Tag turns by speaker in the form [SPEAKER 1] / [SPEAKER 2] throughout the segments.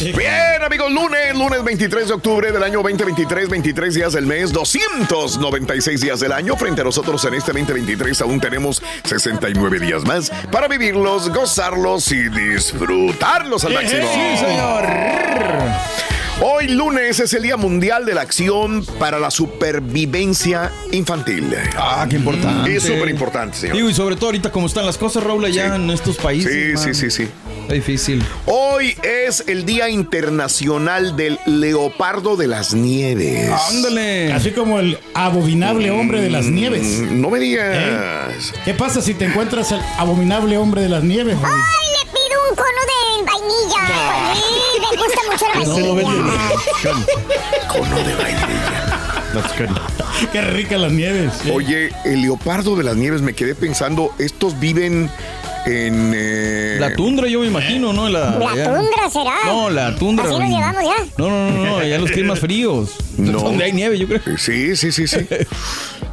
[SPEAKER 1] Bien, amigos, lunes, lunes 23 de octubre del año 2023, 23 días del mes, 296 días del año. Frente a nosotros en este 2023 aún tenemos 69 días más para vivirlos, gozarlos y disfrutarlos al máximo. Hoy lunes es el Día Mundial de la Acción para la Supervivencia Infantil.
[SPEAKER 2] Ah, qué importante.
[SPEAKER 1] Es súper importante, señor.
[SPEAKER 2] Digo, y sobre todo ahorita como están las cosas, Raúl, allá en estos países.
[SPEAKER 1] Sí, sí,
[SPEAKER 2] man,
[SPEAKER 1] sí, sí.
[SPEAKER 2] Está difícil.
[SPEAKER 1] Hoy es el Día Internacional del Leopardo de las Nieves.
[SPEAKER 2] Ándale.
[SPEAKER 3] Así como el abominable hombre de las nieves.
[SPEAKER 1] Mm, No me digas.
[SPEAKER 3] ¿Qué pasa si te encuentras al abominable hombre de las nieves? Raúl?
[SPEAKER 4] le pido un cono de vainilla. Pues Sí, me gusta mucho la vainilla.
[SPEAKER 1] Cono de vainilla.
[SPEAKER 3] Qué rica las nieves.
[SPEAKER 1] Oye, el leopardo de las nieves, me quedé pensando, estos viven en... eh,
[SPEAKER 2] La tundra, yo me imagino, ¿no? La,
[SPEAKER 4] La
[SPEAKER 2] allá.
[SPEAKER 4] tundra será.
[SPEAKER 2] No, la tundra.
[SPEAKER 4] Así nos llevamos ya.
[SPEAKER 2] No, no, no, no, allá los climas fríos.
[SPEAKER 1] No.
[SPEAKER 2] Donde hay nieve, yo creo.
[SPEAKER 1] Sí, sí, sí, sí.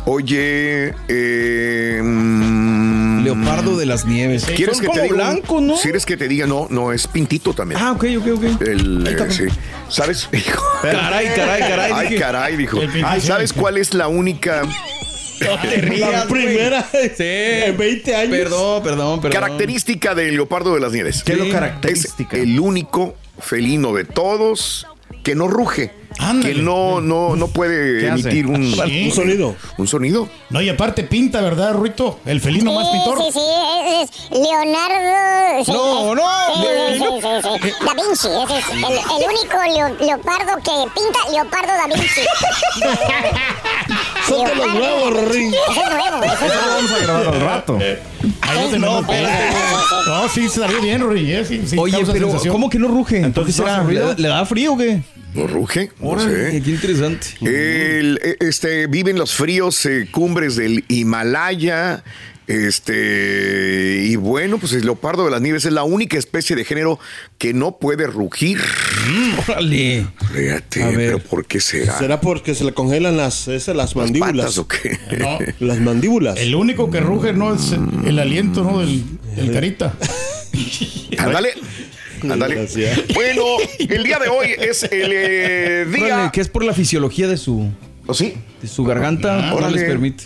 [SPEAKER 1] Oye, eh, mm,
[SPEAKER 2] Leopardo de las nieves.
[SPEAKER 1] ¿quieres
[SPEAKER 2] Son
[SPEAKER 1] que
[SPEAKER 2] como
[SPEAKER 1] te diga? un-
[SPEAKER 2] blancos, ¿no?
[SPEAKER 1] ¿Quieres que te diga? No, no, es pintito también.
[SPEAKER 2] Ah, ok, ok, ok.
[SPEAKER 1] El, eh, sí. ¿Sabes? Hijo.
[SPEAKER 2] Caray, caray, caray.
[SPEAKER 1] Ay,
[SPEAKER 2] dije.
[SPEAKER 1] caray, dijo.
[SPEAKER 3] El pintito.
[SPEAKER 1] Ay, ¿Sabes cuál es la única
[SPEAKER 2] No te rías,
[SPEAKER 3] La
[SPEAKER 2] güey.
[SPEAKER 3] primera
[SPEAKER 2] Sí.
[SPEAKER 3] en 20 años.
[SPEAKER 2] Perdón, perdón, perdón.
[SPEAKER 1] característica del leopardo de las nieves?
[SPEAKER 2] ¿Qué lo
[SPEAKER 1] es el único felino de todos que no ruge,
[SPEAKER 3] Ándale.
[SPEAKER 1] que no no no puede
[SPEAKER 2] ¿Qué hace?
[SPEAKER 1] emitir un,
[SPEAKER 3] Sí. Un sonido.
[SPEAKER 1] Un sonido.
[SPEAKER 3] No, y aparte pinta, ¿verdad, Ruito? El felino más pintor.
[SPEAKER 4] Sí, sí, sí, es, es Leonardo. sí,
[SPEAKER 2] No,
[SPEAKER 4] es-
[SPEAKER 2] no,
[SPEAKER 4] sí, sí, sí, sí, sí. Da Vinci, ese es el, el único leo- leopardo que pinta Leopardo da Vinci. Leopardo. Ese es nuevo, ese es nuevo.
[SPEAKER 2] Vamos a grabar al rato.
[SPEAKER 5] Eh,
[SPEAKER 3] Ahí lo tenemos.
[SPEAKER 2] No, espérate.
[SPEAKER 3] No, sí, salió bien, Rui. eh, Sí, sí,
[SPEAKER 2] Oye,
[SPEAKER 3] causa
[SPEAKER 2] pero
[SPEAKER 3] sensación.
[SPEAKER 2] ¿cómo que no ruge?
[SPEAKER 3] Entonces,
[SPEAKER 2] ¿Por qué
[SPEAKER 3] ¿no
[SPEAKER 2] será?
[SPEAKER 3] hace
[SPEAKER 2] ¿Le,
[SPEAKER 3] ruido?
[SPEAKER 2] da- le da frío o qué?
[SPEAKER 1] No ruge, no
[SPEAKER 2] Órale,
[SPEAKER 1] sé.
[SPEAKER 2] qué interesante.
[SPEAKER 1] El, eh, este, vive en los fríos eh, cumbres del Himalaya. Este, y bueno, pues el leopardo de las nieves es la única especie de género que no puede rugir.
[SPEAKER 2] Mm, Órale.
[SPEAKER 1] Fíjate,
[SPEAKER 2] A ver.
[SPEAKER 1] pero ¿por qué será?
[SPEAKER 6] ¿Será porque se le congelan las, esas, las
[SPEAKER 1] ¿Las
[SPEAKER 6] mandíbulas?
[SPEAKER 1] patas o qué?
[SPEAKER 3] No,
[SPEAKER 6] Las mandíbulas.
[SPEAKER 3] el único que ruge no es el aliento, ¿no? Del, del carita.
[SPEAKER 1] Ándale. Ándale.
[SPEAKER 6] Gracias.
[SPEAKER 1] Bueno, el día de hoy es el eh,
[SPEAKER 2] Órale,
[SPEAKER 1] día.
[SPEAKER 2] que es por la fisiología de su,
[SPEAKER 1] ¿O ¿Oh, sí?
[SPEAKER 2] de su garganta. No
[SPEAKER 1] Órale.
[SPEAKER 2] les permite.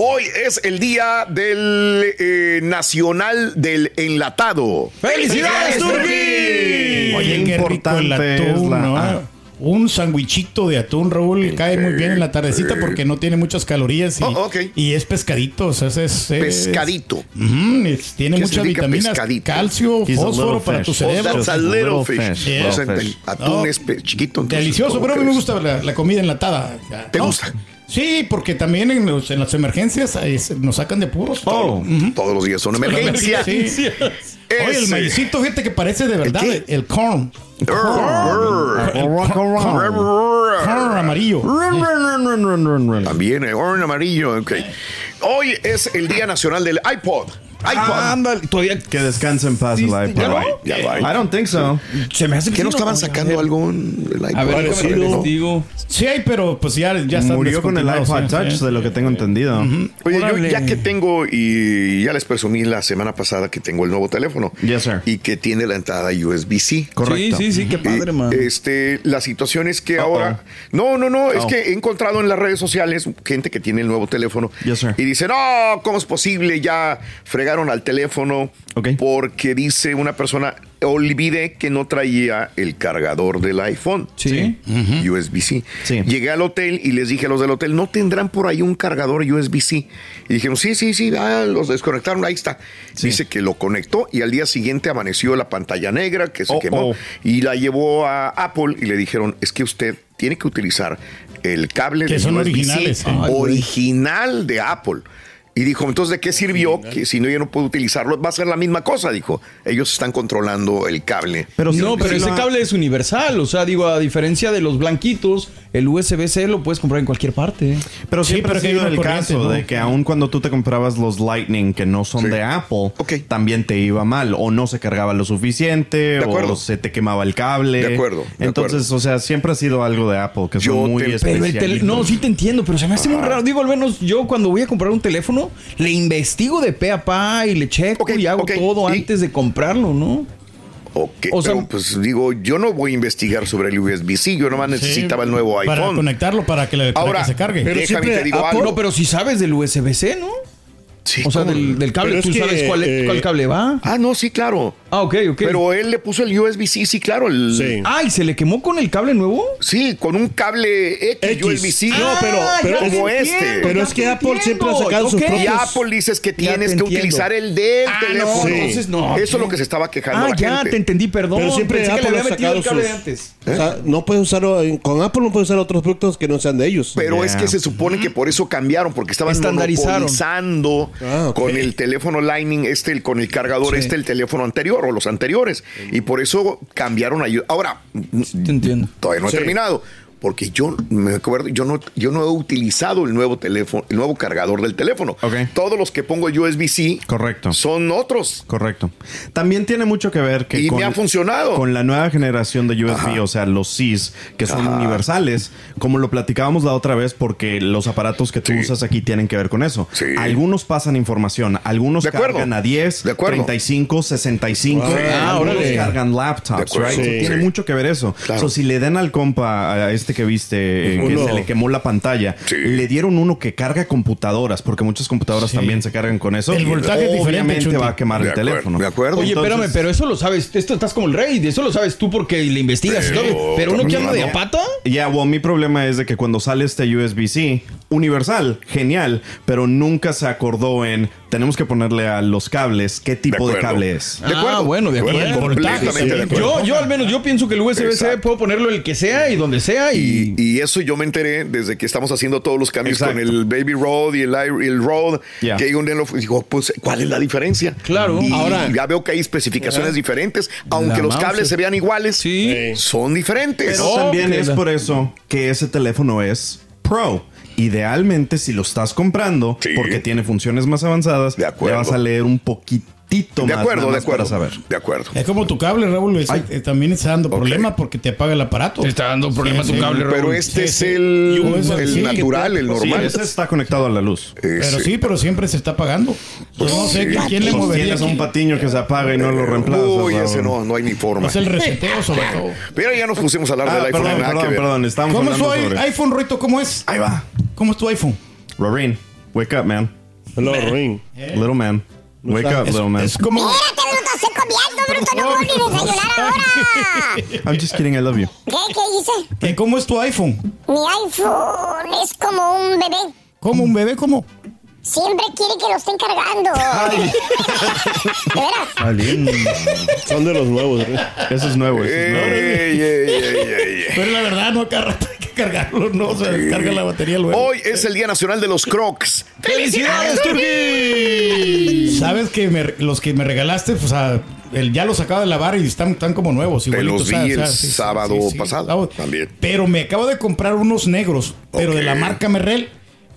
[SPEAKER 1] Hoy es el día del eh, nacional del enlatado.
[SPEAKER 2] ¡Felicidades, Turki!
[SPEAKER 3] Oye, qué rico el
[SPEAKER 2] importante es
[SPEAKER 3] atún,
[SPEAKER 2] la-
[SPEAKER 3] ¿no?
[SPEAKER 2] Ah.
[SPEAKER 3] Un sandwichito de atún, Raúl, cae muy bien en la tardecita porque no tiene muchas calorías y,
[SPEAKER 1] Oh, ok.
[SPEAKER 3] y es pescadito, o sea, es, es- es-
[SPEAKER 1] Pescadito.
[SPEAKER 3] Ujú, es- tiene
[SPEAKER 1] ¿Qué
[SPEAKER 3] muchas
[SPEAKER 1] significa
[SPEAKER 3] vitaminas,
[SPEAKER 1] pescadito?
[SPEAKER 3] calcio, fósforo para tu
[SPEAKER 1] Oh,
[SPEAKER 3] cerebro.
[SPEAKER 1] that's a little fish.
[SPEAKER 3] fish,
[SPEAKER 1] O sea,
[SPEAKER 3] little
[SPEAKER 1] el atún
[SPEAKER 3] No.
[SPEAKER 1] es pe- chiquito. entonces,
[SPEAKER 3] Delicioso,
[SPEAKER 1] ¿cómo
[SPEAKER 3] pero a mí me
[SPEAKER 1] crees?
[SPEAKER 3] gusta la, la comida enlatada.
[SPEAKER 1] ¿Te
[SPEAKER 3] No,
[SPEAKER 1] gusta?
[SPEAKER 3] Sí, porque también en, los- en las emergencias eh, se- nos sacan de puros. Ujú.
[SPEAKER 1] Todos los días Oh. son emergencias.
[SPEAKER 3] Sí. Oye, el
[SPEAKER 1] Ese.
[SPEAKER 3] maicito, gente que parece de verdad el, corn.
[SPEAKER 1] Brr.
[SPEAKER 3] El corn. Corn amarillo.
[SPEAKER 1] También, eh, orange amarillo. ok. Hoy es el Día Nacional del iPod.
[SPEAKER 5] Ah,
[SPEAKER 1] iPod.
[SPEAKER 5] ándale, todavía- que descanse en paz el iPod.
[SPEAKER 1] Ya va, ya va.
[SPEAKER 5] I don't think so.
[SPEAKER 3] Se me hace
[SPEAKER 1] ¿Que no estaban sacando algo en el iPod?
[SPEAKER 5] parecido.
[SPEAKER 3] Sí hay, pero pues ya, ya están
[SPEAKER 5] Murió con el iPod
[SPEAKER 3] descontinuados,
[SPEAKER 5] Touch,
[SPEAKER 3] sí, sí.
[SPEAKER 5] de lo que tengo entendido.
[SPEAKER 1] Oye, yo ya que tengo, y ya les presumí la semana pasada que tengo el nuevo teléfono. Y que tiene la entrada USB-C.
[SPEAKER 2] Correcto. Sí, sí, sí, qué padre,
[SPEAKER 1] Eh,
[SPEAKER 2] man.
[SPEAKER 1] Este, la situación es que ahora. No, no, no, es
[SPEAKER 2] Oh.
[SPEAKER 1] que he encontrado en las redes sociales gente que tiene el nuevo teléfono. Y dice, no, ¿cómo es posible? Ya fregaron al teléfono. Porque dice una persona, olvidé que no traía el cargador del iPhone. Sí. USB-C. Llegué al hotel y les dije a los del hotel, ¿no tendrán por ahí un cargador USB-C? Y dijeron, sí, sí, sí, ah, los desconectaron, ahí está. Dice que lo conectó y al día siguiente amaneció la pantalla negra que se
[SPEAKER 5] Oh,
[SPEAKER 1] quemó
[SPEAKER 5] oh.
[SPEAKER 1] y la llevó a Apple y le dijeron, es que usted tiene que utilizar el cable
[SPEAKER 3] Que
[SPEAKER 1] de
[SPEAKER 3] son
[SPEAKER 1] USB-C
[SPEAKER 3] originales, ¿eh? sí. Ay, güey.
[SPEAKER 1] original de Apple. Y dijo, entonces, ¿de qué sirvió? Que si no, yo no puedo utilizarlo. Va a ser la misma cosa, dijo. Ellos están controlando el cable.
[SPEAKER 2] Pero
[SPEAKER 1] sí,
[SPEAKER 2] no, pero
[SPEAKER 1] sí,
[SPEAKER 2] ese
[SPEAKER 1] no.
[SPEAKER 2] cable es universal. O sea, digo, a diferencia de los blanquitos, el USB-C lo puedes comprar en cualquier parte. ¿eh?
[SPEAKER 5] Pero siempre ha sido el caso de que aun cuando tú te comprabas los Lightning que no son de Apple, también te iba mal. O no se cargaba lo suficiente,
[SPEAKER 1] acuerdo.
[SPEAKER 5] o se te quemaba el cable.
[SPEAKER 1] De acuerdo, de
[SPEAKER 5] Entonces, o sea, siempre ha sido algo de Apple que son muy
[SPEAKER 2] Pero el tele-
[SPEAKER 5] especialistas.
[SPEAKER 2] no, sí te entiendo, pero se me hace muy
[SPEAKER 5] Ajá.
[SPEAKER 2] raro. Digo, al menos yo cuando voy a comprar un teléfono, le investigo de pe a pa y le checo y hago todo antes de comprarlo, ¿no?
[SPEAKER 1] Ok,
[SPEAKER 2] O sea-
[SPEAKER 1] pero pues digo, yo no voy a investigar sobre el USB-C. Yo nomás necesitaba el nuevo
[SPEAKER 3] Para
[SPEAKER 1] iPhone.
[SPEAKER 3] conectarlo para que, le, para
[SPEAKER 1] Ahora,
[SPEAKER 3] que se cargue.
[SPEAKER 1] pero Déjame siempre te digo Apple- algo.
[SPEAKER 2] No, pero si sabes del USB-C, ¿no? o sea,
[SPEAKER 1] ¿cómo
[SPEAKER 2] del,
[SPEAKER 1] no?
[SPEAKER 2] del cable,
[SPEAKER 1] Pero
[SPEAKER 2] tú
[SPEAKER 1] es que,
[SPEAKER 2] sabes cuál, es-
[SPEAKER 1] eh,
[SPEAKER 2] cuál cable va.
[SPEAKER 1] Ah, no, sí, claro.
[SPEAKER 2] Ah, ok, ok.
[SPEAKER 1] Pero él le puso el USB-C, sí, claro. El...
[SPEAKER 2] Sí. Ah, ¿y se le quemó con el cable nuevo?
[SPEAKER 1] Sí, con un cable X,
[SPEAKER 2] X.
[SPEAKER 1] USB-C.
[SPEAKER 2] No, pero- Ah, pero- ya
[SPEAKER 1] como
[SPEAKER 2] te
[SPEAKER 1] este.
[SPEAKER 2] entiendo, Pero ya es que te Apple siempre ha entiendo. sacado sus
[SPEAKER 1] Y
[SPEAKER 2] propios-
[SPEAKER 1] Apple dices que
[SPEAKER 2] Ya
[SPEAKER 1] tienes
[SPEAKER 2] te
[SPEAKER 1] que
[SPEAKER 2] entiendo.
[SPEAKER 1] utilizar el del
[SPEAKER 2] Ah, no,
[SPEAKER 1] teléfono.
[SPEAKER 2] entonces no.
[SPEAKER 1] Eso es lo que se estaba quejando.
[SPEAKER 2] Ah,
[SPEAKER 1] la
[SPEAKER 2] ya,
[SPEAKER 1] gente. ¿Eh?
[SPEAKER 2] te entendí, perdón.
[SPEAKER 7] Pero siempre
[SPEAKER 2] Pensé que le
[SPEAKER 7] Apple
[SPEAKER 2] había
[SPEAKER 7] ha
[SPEAKER 2] metido el
[SPEAKER 7] sacado
[SPEAKER 2] cable de
[SPEAKER 7] sus-
[SPEAKER 2] antes.
[SPEAKER 7] O sea, no puedes usar, eh, con Apple no puedes usar otros productos que no sean de ellos.
[SPEAKER 1] Pero es que se supone que por eso cambiaron, porque estaban
[SPEAKER 7] Estandarizaron.
[SPEAKER 1] monopolizando
[SPEAKER 7] Ah, ok.
[SPEAKER 1] con el teléfono Lightning, este el- con el cargador,
[SPEAKER 2] Sí.
[SPEAKER 1] este el teléfono anterior o los anteriores.
[SPEAKER 5] Mm.
[SPEAKER 1] Y por eso cambiaron a... Ahora,
[SPEAKER 2] Te entiendo.
[SPEAKER 1] todavía no
[SPEAKER 2] Sí.
[SPEAKER 1] he terminado. Porque yo me acuerdo, yo no, yo no he utilizado el nuevo teléfono, el nuevo cargador del teléfono. Todos los que pongo USB-C
[SPEAKER 5] Correcto.
[SPEAKER 1] son otros.
[SPEAKER 5] Correcto. También tiene mucho que ver que
[SPEAKER 1] Y me ha funcionado.
[SPEAKER 5] con la nueva generación de USB, o sea, los Cs, que son universales, como lo platicábamos la otra vez, porque los aparatos que tú usas aquí tienen que ver con eso. Algunos pasan información, algunos
[SPEAKER 1] De acuerdo.
[SPEAKER 5] cargan a 10,
[SPEAKER 1] De acuerdo.
[SPEAKER 5] 35, 65,
[SPEAKER 1] Sí. Ah,
[SPEAKER 5] algunos
[SPEAKER 1] órale.
[SPEAKER 5] cargan
[SPEAKER 1] De
[SPEAKER 5] laptops,
[SPEAKER 1] acuerdo.
[SPEAKER 5] right?
[SPEAKER 1] Sí.
[SPEAKER 5] Tiene
[SPEAKER 1] Sí.
[SPEAKER 5] mucho que ver eso.
[SPEAKER 1] Claro.
[SPEAKER 5] So, si le dan al compa, a este que viste, eh, que
[SPEAKER 7] Uno.
[SPEAKER 5] se le quemó la pantalla, le dieron uno que carga computadoras, porque muchas computadoras también se cargan con eso.
[SPEAKER 3] El voltaje es diferente,
[SPEAKER 5] Obviamente
[SPEAKER 3] Chuti.
[SPEAKER 5] va a quemar
[SPEAKER 1] De
[SPEAKER 5] el
[SPEAKER 1] acuerdo,
[SPEAKER 5] teléfono.
[SPEAKER 1] de acuerdo.
[SPEAKER 2] Oye, espérame, pero eso lo sabes. Esto estás como el rey, de eso lo sabes tú porque le investigas y todo. Pero uno que anda de apata.
[SPEAKER 5] Ya, bueno, mi problema es de que cuando sale este USB-C, universal, genial, pero nunca se acordó en tenemos que ponerle a los cables qué tipo de,
[SPEAKER 2] acuerdo.
[SPEAKER 5] cable es.
[SPEAKER 2] Ah, bueno, de acuerdo.
[SPEAKER 1] completamente de acuerdo.
[SPEAKER 2] Yo, yo al menos yo pienso que el USB-C puedo ponerlo el que sea y donde sea y
[SPEAKER 1] Y, y eso yo me enteré desde que estamos haciendo todos los cambios con el Baby Road y el, I- el Road.
[SPEAKER 5] Ya.
[SPEAKER 1] Que un digo, pues, ¿cuál es la diferencia? Claro. Ahora,
[SPEAKER 5] Ahora-
[SPEAKER 1] ya veo que hay especificaciones
[SPEAKER 5] Ajá.
[SPEAKER 1] diferentes, aunque
[SPEAKER 5] La
[SPEAKER 1] los
[SPEAKER 5] mouse
[SPEAKER 1] cables
[SPEAKER 5] es-
[SPEAKER 1] se vean iguales, son diferentes.
[SPEAKER 5] Pero también es por eso que ese teléfono es Pro. Idealmente, si lo estás comprando, porque tiene funciones más avanzadas, le vas a leer un poquitito
[SPEAKER 1] De
[SPEAKER 5] más,
[SPEAKER 1] acuerdo,
[SPEAKER 5] nada
[SPEAKER 1] de
[SPEAKER 5] más
[SPEAKER 1] acuerdo.
[SPEAKER 5] para saber.
[SPEAKER 1] De acuerdo.
[SPEAKER 3] Es como tu cable, Raúl. es- eh, también está dando problemas porque te apaga el aparato. Te está dando
[SPEAKER 1] problemas tu cable, Raúl. Pero este es el- el natural, el normal.
[SPEAKER 5] ese está conectado a la luz.
[SPEAKER 3] Pero sí, pero siempre se está apagando. Yo no sé que- quién le
[SPEAKER 5] Pues
[SPEAKER 3] movería.
[SPEAKER 5] Tienes
[SPEAKER 3] aquí?
[SPEAKER 5] un patiño que se apaga y no lo reemplaza.
[SPEAKER 1] Uy, ese no, no hay ni forma.
[SPEAKER 3] Es Pues el reseteo sobre todo.
[SPEAKER 1] Pero ya nos pusimos a hablar
[SPEAKER 5] Ah,
[SPEAKER 1] del iPhone.
[SPEAKER 5] perdón,
[SPEAKER 1] nada
[SPEAKER 5] perdón,
[SPEAKER 1] que ver.
[SPEAKER 5] perdón, estamos
[SPEAKER 3] ¿Cómo es tu
[SPEAKER 5] hablando
[SPEAKER 3] i-
[SPEAKER 5] sobre-
[SPEAKER 3] iPhone, Rito? ¿Cómo es?
[SPEAKER 5] Ahí va.
[SPEAKER 3] ¿Cómo es tu iPhone?
[SPEAKER 5] Rorin, wake up, man. Hello, Rorin.
[SPEAKER 3] Eh.
[SPEAKER 5] Little man. Wake up, little man.
[SPEAKER 4] Espérate, bruto, estoy comiendo, bruto, no puedo ni desayunar ahora.
[SPEAKER 5] I'm just kidding, I love you.
[SPEAKER 4] ¿Qué, qué hice?
[SPEAKER 3] ¿Qué, ¿Cómo es tu iPhone?
[SPEAKER 4] Mi iPhone es como un bebé.
[SPEAKER 3] ¿Cómo un bebé? ¿Cómo?
[SPEAKER 4] Siempre quiere que lo estén cargando. De veras.
[SPEAKER 7] Son de los nuevos.
[SPEAKER 5] Eso es nuevo.
[SPEAKER 3] Eh.
[SPEAKER 7] Eso es nuevo.
[SPEAKER 1] Ey, ey, ey, ey, ey.
[SPEAKER 3] Pero la verdad, no acá rato hay que cargarlo, ¿no? O sea, descarga la batería luego.
[SPEAKER 1] Hoy es el Día Nacional de los Crocs.
[SPEAKER 3] ¡Felicidades, Turquí! Sabes que me- los que me regalaste, pues, o sea, el, ya los acabo de lavar y están, están como nuevos.
[SPEAKER 1] Te
[SPEAKER 3] igualitos,
[SPEAKER 1] los vi
[SPEAKER 3] o sea, o
[SPEAKER 1] el
[SPEAKER 3] sea, sí, sí,
[SPEAKER 1] sábado
[SPEAKER 3] sí, sí.
[SPEAKER 1] pasado también.
[SPEAKER 3] Pero me acabo de comprar unos negros, pero de la marca Merrell.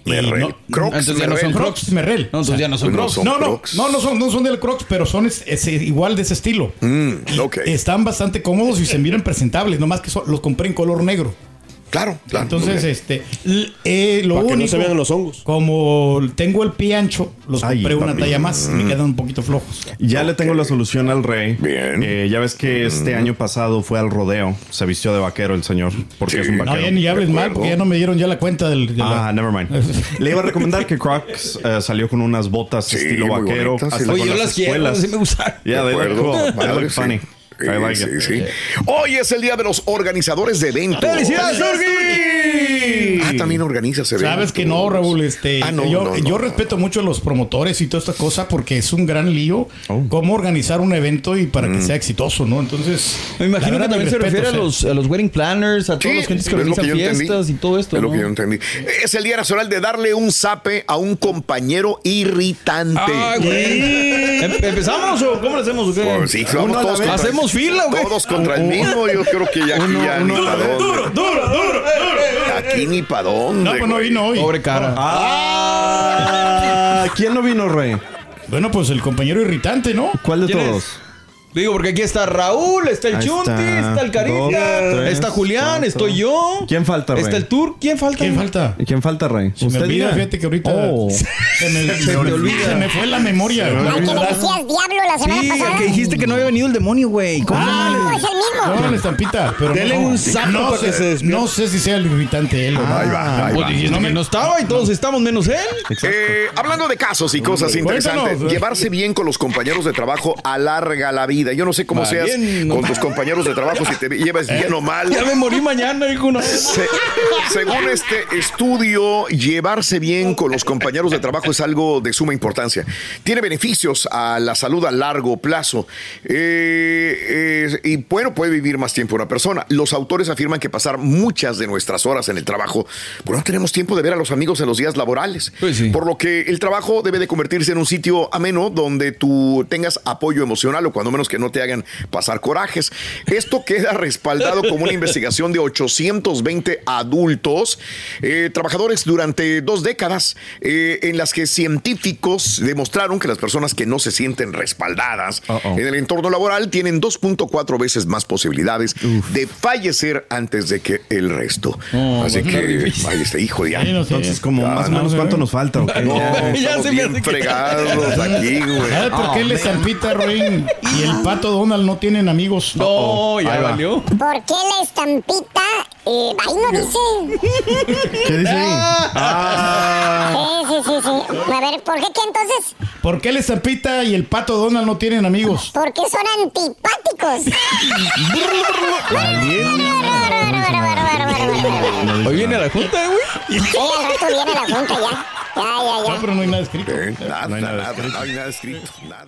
[SPEAKER 1] Merrell. Crocs,
[SPEAKER 3] Entonces ya no son
[SPEAKER 1] Merrell.
[SPEAKER 3] Crocs Merrell.
[SPEAKER 1] No, entonces ya no son No Crocs. son
[SPEAKER 3] No, no,
[SPEAKER 1] Crocs.
[SPEAKER 3] no, no son, no son del Crocs, pero son es- es igual de ese estilo.
[SPEAKER 1] Mm,
[SPEAKER 3] Y Están bastante cómodos y se miran presentables, nomás que son- los compré en color negro.
[SPEAKER 1] Claro, claro.
[SPEAKER 3] Entonces,
[SPEAKER 1] ok.
[SPEAKER 3] este, l- eh, lo
[SPEAKER 1] Para que
[SPEAKER 3] único,
[SPEAKER 1] no se vean
[SPEAKER 3] los hongos. Como tengo el pie ancho, los
[SPEAKER 5] Ay,
[SPEAKER 3] compré una
[SPEAKER 5] también.
[SPEAKER 3] talla más, me
[SPEAKER 5] Mm.
[SPEAKER 3] quedan un poquito flojos.
[SPEAKER 5] Ya le tengo la solución al rey. Bien. ya ves que este
[SPEAKER 3] Mm.
[SPEAKER 5] año pasado fue al rodeo. Se vistió de vaquero el señor. Porque es un
[SPEAKER 3] No,
[SPEAKER 5] vaquero.
[SPEAKER 3] ya ni hables mal, porque ya no me dieron ya la cuenta del. de la-
[SPEAKER 5] Ah, never mind. Le iba a recomendar que Crocs eh, salió con unas botas estilo
[SPEAKER 1] muy
[SPEAKER 5] vaquero.
[SPEAKER 1] bonitas, sí.
[SPEAKER 5] hasta
[SPEAKER 1] Oye,
[SPEAKER 5] con
[SPEAKER 1] yo las quiero, sí me
[SPEAKER 2] gustaron.
[SPEAKER 5] Yeah, they
[SPEAKER 1] De
[SPEAKER 5] look
[SPEAKER 1] acuerdo,
[SPEAKER 5] cool. They
[SPEAKER 1] madre,
[SPEAKER 5] look
[SPEAKER 1] sí.
[SPEAKER 5] funny.
[SPEAKER 1] Sí,
[SPEAKER 5] I like
[SPEAKER 1] sí,
[SPEAKER 5] it.
[SPEAKER 1] sí. Hoy es el día de los organizadores de eventos.
[SPEAKER 3] ¡Felicidades,
[SPEAKER 1] Jorge! Ah, también organizas eventos.
[SPEAKER 3] Sabes que no, Raúl, este,
[SPEAKER 1] Ah, no,
[SPEAKER 3] yo,
[SPEAKER 1] no, no,
[SPEAKER 3] yo
[SPEAKER 1] no.
[SPEAKER 3] respeto mucho a los promotores y toda esta cosa porque es un gran lío
[SPEAKER 1] Oh.
[SPEAKER 3] cómo organizar un evento y para
[SPEAKER 1] Mm.
[SPEAKER 3] que sea exitoso, ¿no? Entonces,
[SPEAKER 2] Me imagino que también se refiere a, los, a los wedding planners, a todos
[SPEAKER 1] Sí,
[SPEAKER 2] los gentes que
[SPEAKER 1] es lo que
[SPEAKER 2] organizan
[SPEAKER 1] yo entendí.
[SPEAKER 2] fiestas y todo esto.
[SPEAKER 1] Es lo
[SPEAKER 2] ¿no?
[SPEAKER 1] que yo entendí. Es el Día Nacional de darle un zape a un compañero irritante.
[SPEAKER 2] Ay, Ah, güey. ¿Em- ¿Empezamos o cómo lo hacemos? o qué?
[SPEAKER 1] Pues sí, vamos
[SPEAKER 2] Uno a la
[SPEAKER 1] todos
[SPEAKER 2] vez.
[SPEAKER 1] contra el-
[SPEAKER 2] ¿Hacemos fila o qué?
[SPEAKER 1] Todos contra el mismo, yo creo que ya aquí
[SPEAKER 2] Uno-
[SPEAKER 1] ya
[SPEAKER 2] uno
[SPEAKER 1] ni
[SPEAKER 2] a
[SPEAKER 1] para
[SPEAKER 2] la vez.
[SPEAKER 1] dónde.
[SPEAKER 3] duro, duro, duro.
[SPEAKER 1] Aquí ni para dónde.
[SPEAKER 3] No, pues no
[SPEAKER 1] güey.
[SPEAKER 3] vino hoy.
[SPEAKER 2] Pobre cara.
[SPEAKER 5] Ah, ¿Quién no vino, Rey?
[SPEAKER 3] Bueno, pues el compañero irritante, ¿no?
[SPEAKER 5] ¿Cuál de
[SPEAKER 2] ¿Quién
[SPEAKER 5] todos?
[SPEAKER 2] Digo, porque aquí está Raúl, está el
[SPEAKER 5] Ahí
[SPEAKER 2] Chunti,
[SPEAKER 5] está.
[SPEAKER 2] está, el Carita,
[SPEAKER 5] Dos, tres,
[SPEAKER 2] está Julián,
[SPEAKER 5] cuatro.
[SPEAKER 2] estoy yo.
[SPEAKER 5] ¿Quién falta, Rey?
[SPEAKER 2] Está el Tour. ¿Quién falta?
[SPEAKER 3] ¿Quién falta?
[SPEAKER 5] ¿Y ¿Quién falta, Rey?
[SPEAKER 3] Se me olvida, fíjate que ahorita
[SPEAKER 5] Oh.
[SPEAKER 3] se, me,
[SPEAKER 5] Se te olvida.
[SPEAKER 3] se me fue la memoria.
[SPEAKER 5] Se me
[SPEAKER 4] Al que le decías diablo la semana
[SPEAKER 2] Sí,
[SPEAKER 4] pasada.
[SPEAKER 2] el que dijiste que no había venido el demonio, güey. ¿Cómo se llama?
[SPEAKER 4] No, Ah, es el mismo.
[SPEAKER 3] No, la estampita, pero
[SPEAKER 2] Dele
[SPEAKER 3] no,
[SPEAKER 2] un sapo
[SPEAKER 3] no
[SPEAKER 2] para
[SPEAKER 3] sé,
[SPEAKER 2] que se despierte.
[SPEAKER 3] No sé si sea el irritante él. o no.
[SPEAKER 1] Ah, Ahí va, ahí
[SPEAKER 2] Pues
[SPEAKER 1] va.
[SPEAKER 2] dijiste que no estaba y todos estamos menos él.
[SPEAKER 1] Eh, hablando de casos y cosas interesantes,
[SPEAKER 3] eh.
[SPEAKER 2] Cuéntanos.
[SPEAKER 1] llevarse bien con los compañeros de trabajo alarga la vida. Yo no sé cómo
[SPEAKER 2] Va
[SPEAKER 1] seas
[SPEAKER 2] bien, no
[SPEAKER 1] con
[SPEAKER 2] va.
[SPEAKER 1] tus compañeros de trabajo si te llevas bien o mal.
[SPEAKER 2] Ya me morí mañana, dijo no.
[SPEAKER 1] Se- según este estudio, llevarse bien con los compañeros de trabajo es algo de suma importancia. Tiene beneficios a la salud a largo plazo. Eh, eh, y bueno, puede vivir más tiempo una persona. Los autores afirman que pasar muchas de nuestras horas en el trabajo, pues no tenemos tiempo de ver a los amigos en los días laborales.
[SPEAKER 2] Pues
[SPEAKER 1] Por lo que el trabajo debe de convertirse en un sitio ameno donde tú tengas apoyo emocional o cuando menos que no te hagan pasar corajes. Esto queda respaldado como una investigación de 820 adultos, eh, trabajadores durante dos décadas, eh, en las que científicos demostraron que las personas que no se sienten respaldadas en el entorno laboral tienen 2.4 veces más posibilidades de fallecer antes de que el resto. Así
[SPEAKER 5] bueno.
[SPEAKER 1] que, ahí está, hijo de
[SPEAKER 3] Sí, no sé.
[SPEAKER 5] Entonces, como más o menos, ¿cuánto nos falta? ok?
[SPEAKER 1] no,
[SPEAKER 5] Ya.
[SPEAKER 1] estamos bien fregados aquí, güey.
[SPEAKER 3] ¿Sabes por qué la estampita, Roin, y el pato Donald no tienen amigos?
[SPEAKER 2] No, ya
[SPEAKER 3] Ahí va.
[SPEAKER 2] valió.
[SPEAKER 4] ¿Por qué la estampita? Eh, ahí no dice.
[SPEAKER 5] ¿Qué dice ahí?
[SPEAKER 3] Ah.
[SPEAKER 1] Ah.
[SPEAKER 4] Sí, sí, sí, sí. A ver, ¿por qué qué entonces?
[SPEAKER 3] ¿Por qué la estampita y el pato Donald no tienen amigos?
[SPEAKER 4] ¿Por qué son antipáticos?
[SPEAKER 2] Hoy viene la junta, güey.
[SPEAKER 4] Sí, al rato viene la junta ya. Ya, ya, ya.
[SPEAKER 3] No, pero no hay nada escrito.
[SPEAKER 1] Nada, nada, no hay nada escrito, nada.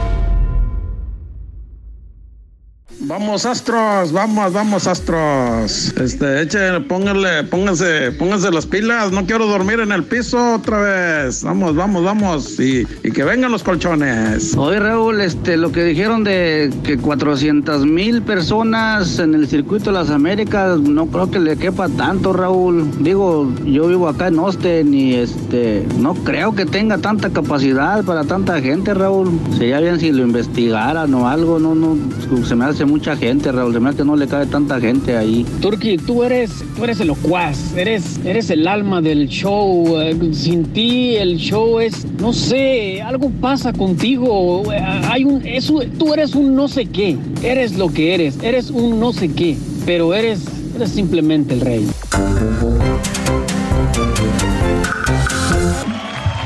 [SPEAKER 8] Vamos Astros, vamos, vamos Astros. Este, échenle, pónganle, pónganse, pónganse las pilas. No quiero dormir en el piso otra vez. Vamos, vamos, vamos y, y que vengan los colchones.
[SPEAKER 9] Hoy Raúl, este, lo que dijeron de que 400 mil personas en el circuito de las Américas, no creo que le quepa tanto, Raúl. Digo, yo vivo acá en Austin y este, no creo que tenga tanta capacidad para tanta gente, Raúl. Sería bien si lo investigaran o algo, no, no, se me hace mucha gente, Raúl. De verdad que no le cabe tanta gente ahí.
[SPEAKER 10] Turki, tú eres, tú eres el locuaz, eres, eres el alma del show. Eh, Sin ti el show es, no sé, algo pasa contigo. Eh, Hay un, es un- tú eres un no sé qué. Eres lo que eres, eres un no sé qué, pero eres, eres simplemente el rey.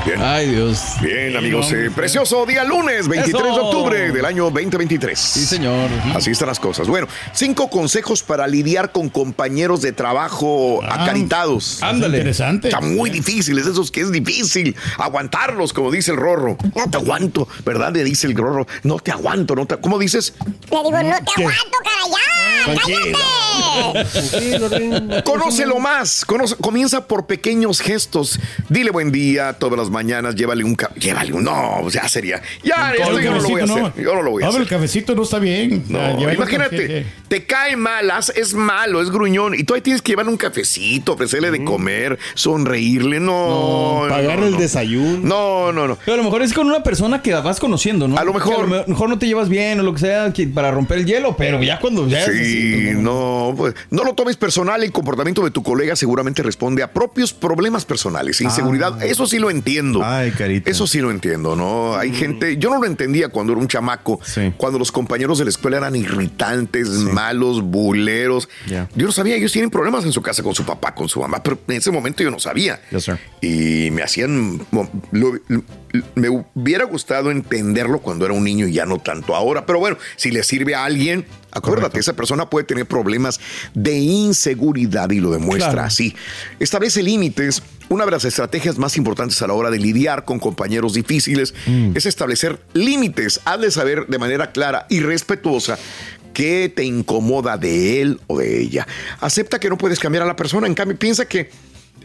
[SPEAKER 1] Bien.
[SPEAKER 2] Ay, Dios.
[SPEAKER 1] Bien, amigos. eh, precioso día lunes, 23 de
[SPEAKER 2] Eso.
[SPEAKER 1] octubre del año 2023. Sí,
[SPEAKER 2] señor.
[SPEAKER 1] Así están las cosas. Bueno, cinco consejos para lidiar con compañeros de trabajo acaritados.
[SPEAKER 3] ándale. Interesante.
[SPEAKER 1] Está muy difíciles, esos que es difícil aguantarlos, como dice el Rorro. No te aguanto, ¿verdad? Le dice el Rorro. No te aguanto, no te... ¿Cómo dices?
[SPEAKER 4] Le digo, no te
[SPEAKER 1] ¿Qué?
[SPEAKER 4] aguanto, cara, ya.
[SPEAKER 1] Tranquilo.
[SPEAKER 4] ¡Cállate!
[SPEAKER 1] Conócelo más. conoce- comienza por pequeños gestos. Dile buen día todas las mañanas. Llévale un. ca- Llévale un. No, o sea, sería. Ya,
[SPEAKER 3] Con
[SPEAKER 1] esto
[SPEAKER 3] el
[SPEAKER 1] yo no lo voy a
[SPEAKER 3] cafecito,
[SPEAKER 1] hacer. Yo no lo voy a
[SPEAKER 3] No, pero
[SPEAKER 1] hacer.
[SPEAKER 3] el cafecito no está bien.
[SPEAKER 1] No,
[SPEAKER 3] Ah, llevar el
[SPEAKER 1] imagínate,
[SPEAKER 3] café.
[SPEAKER 1] te cae mal, haz- es malo, es gruñón, y todavía tienes que llevar un cafecito, ofrecerle de comer, sonreírle, no.
[SPEAKER 2] No, pagar el
[SPEAKER 1] desayuno. No, no, no.
[SPEAKER 2] Pero a lo mejor es con una persona que vas conociendo, ¿no? A lo mejor. a lo mejor no te llevas bien o lo que sea que- para romper el hielo, pero ya cuando pues ya es así,
[SPEAKER 1] Sí, no, pues, no lo tomes personal. El comportamiento de tu colega seguramente responde a propios problemas personales, inseguridad.
[SPEAKER 5] Ah.
[SPEAKER 3] Ah.
[SPEAKER 1] Eso sí lo entiendo. Ay, carita. Eso sí lo entiendo, ¿no? Hay gente, yo no lo entendía cuando era un chamaco, cuando los compañeros de la escuela eran irritantes, malos, buleros. Yo no sabía, ellos tienen problemas en su casa con su papá, con su mamá, pero en ese momento yo no sabía. Y me hacían, mo- lo- lo- me hubiera gustado entenderlo cuando era un niño y ya no tanto ahora. Pero bueno, si le sirve a alguien, acuérdate, esa persona puede tener problemas de inseguridad y lo demuestra
[SPEAKER 2] Claro.
[SPEAKER 1] así. Establece límites. Una de las estrategias más importantes a la hora de lidiar con compañeros difíciles es establecer límites. Hazle saber de manera clara y respetuosa qué te incomoda de él o de ella. Acepta que no puedes cambiar a la persona. En cambio, piensa que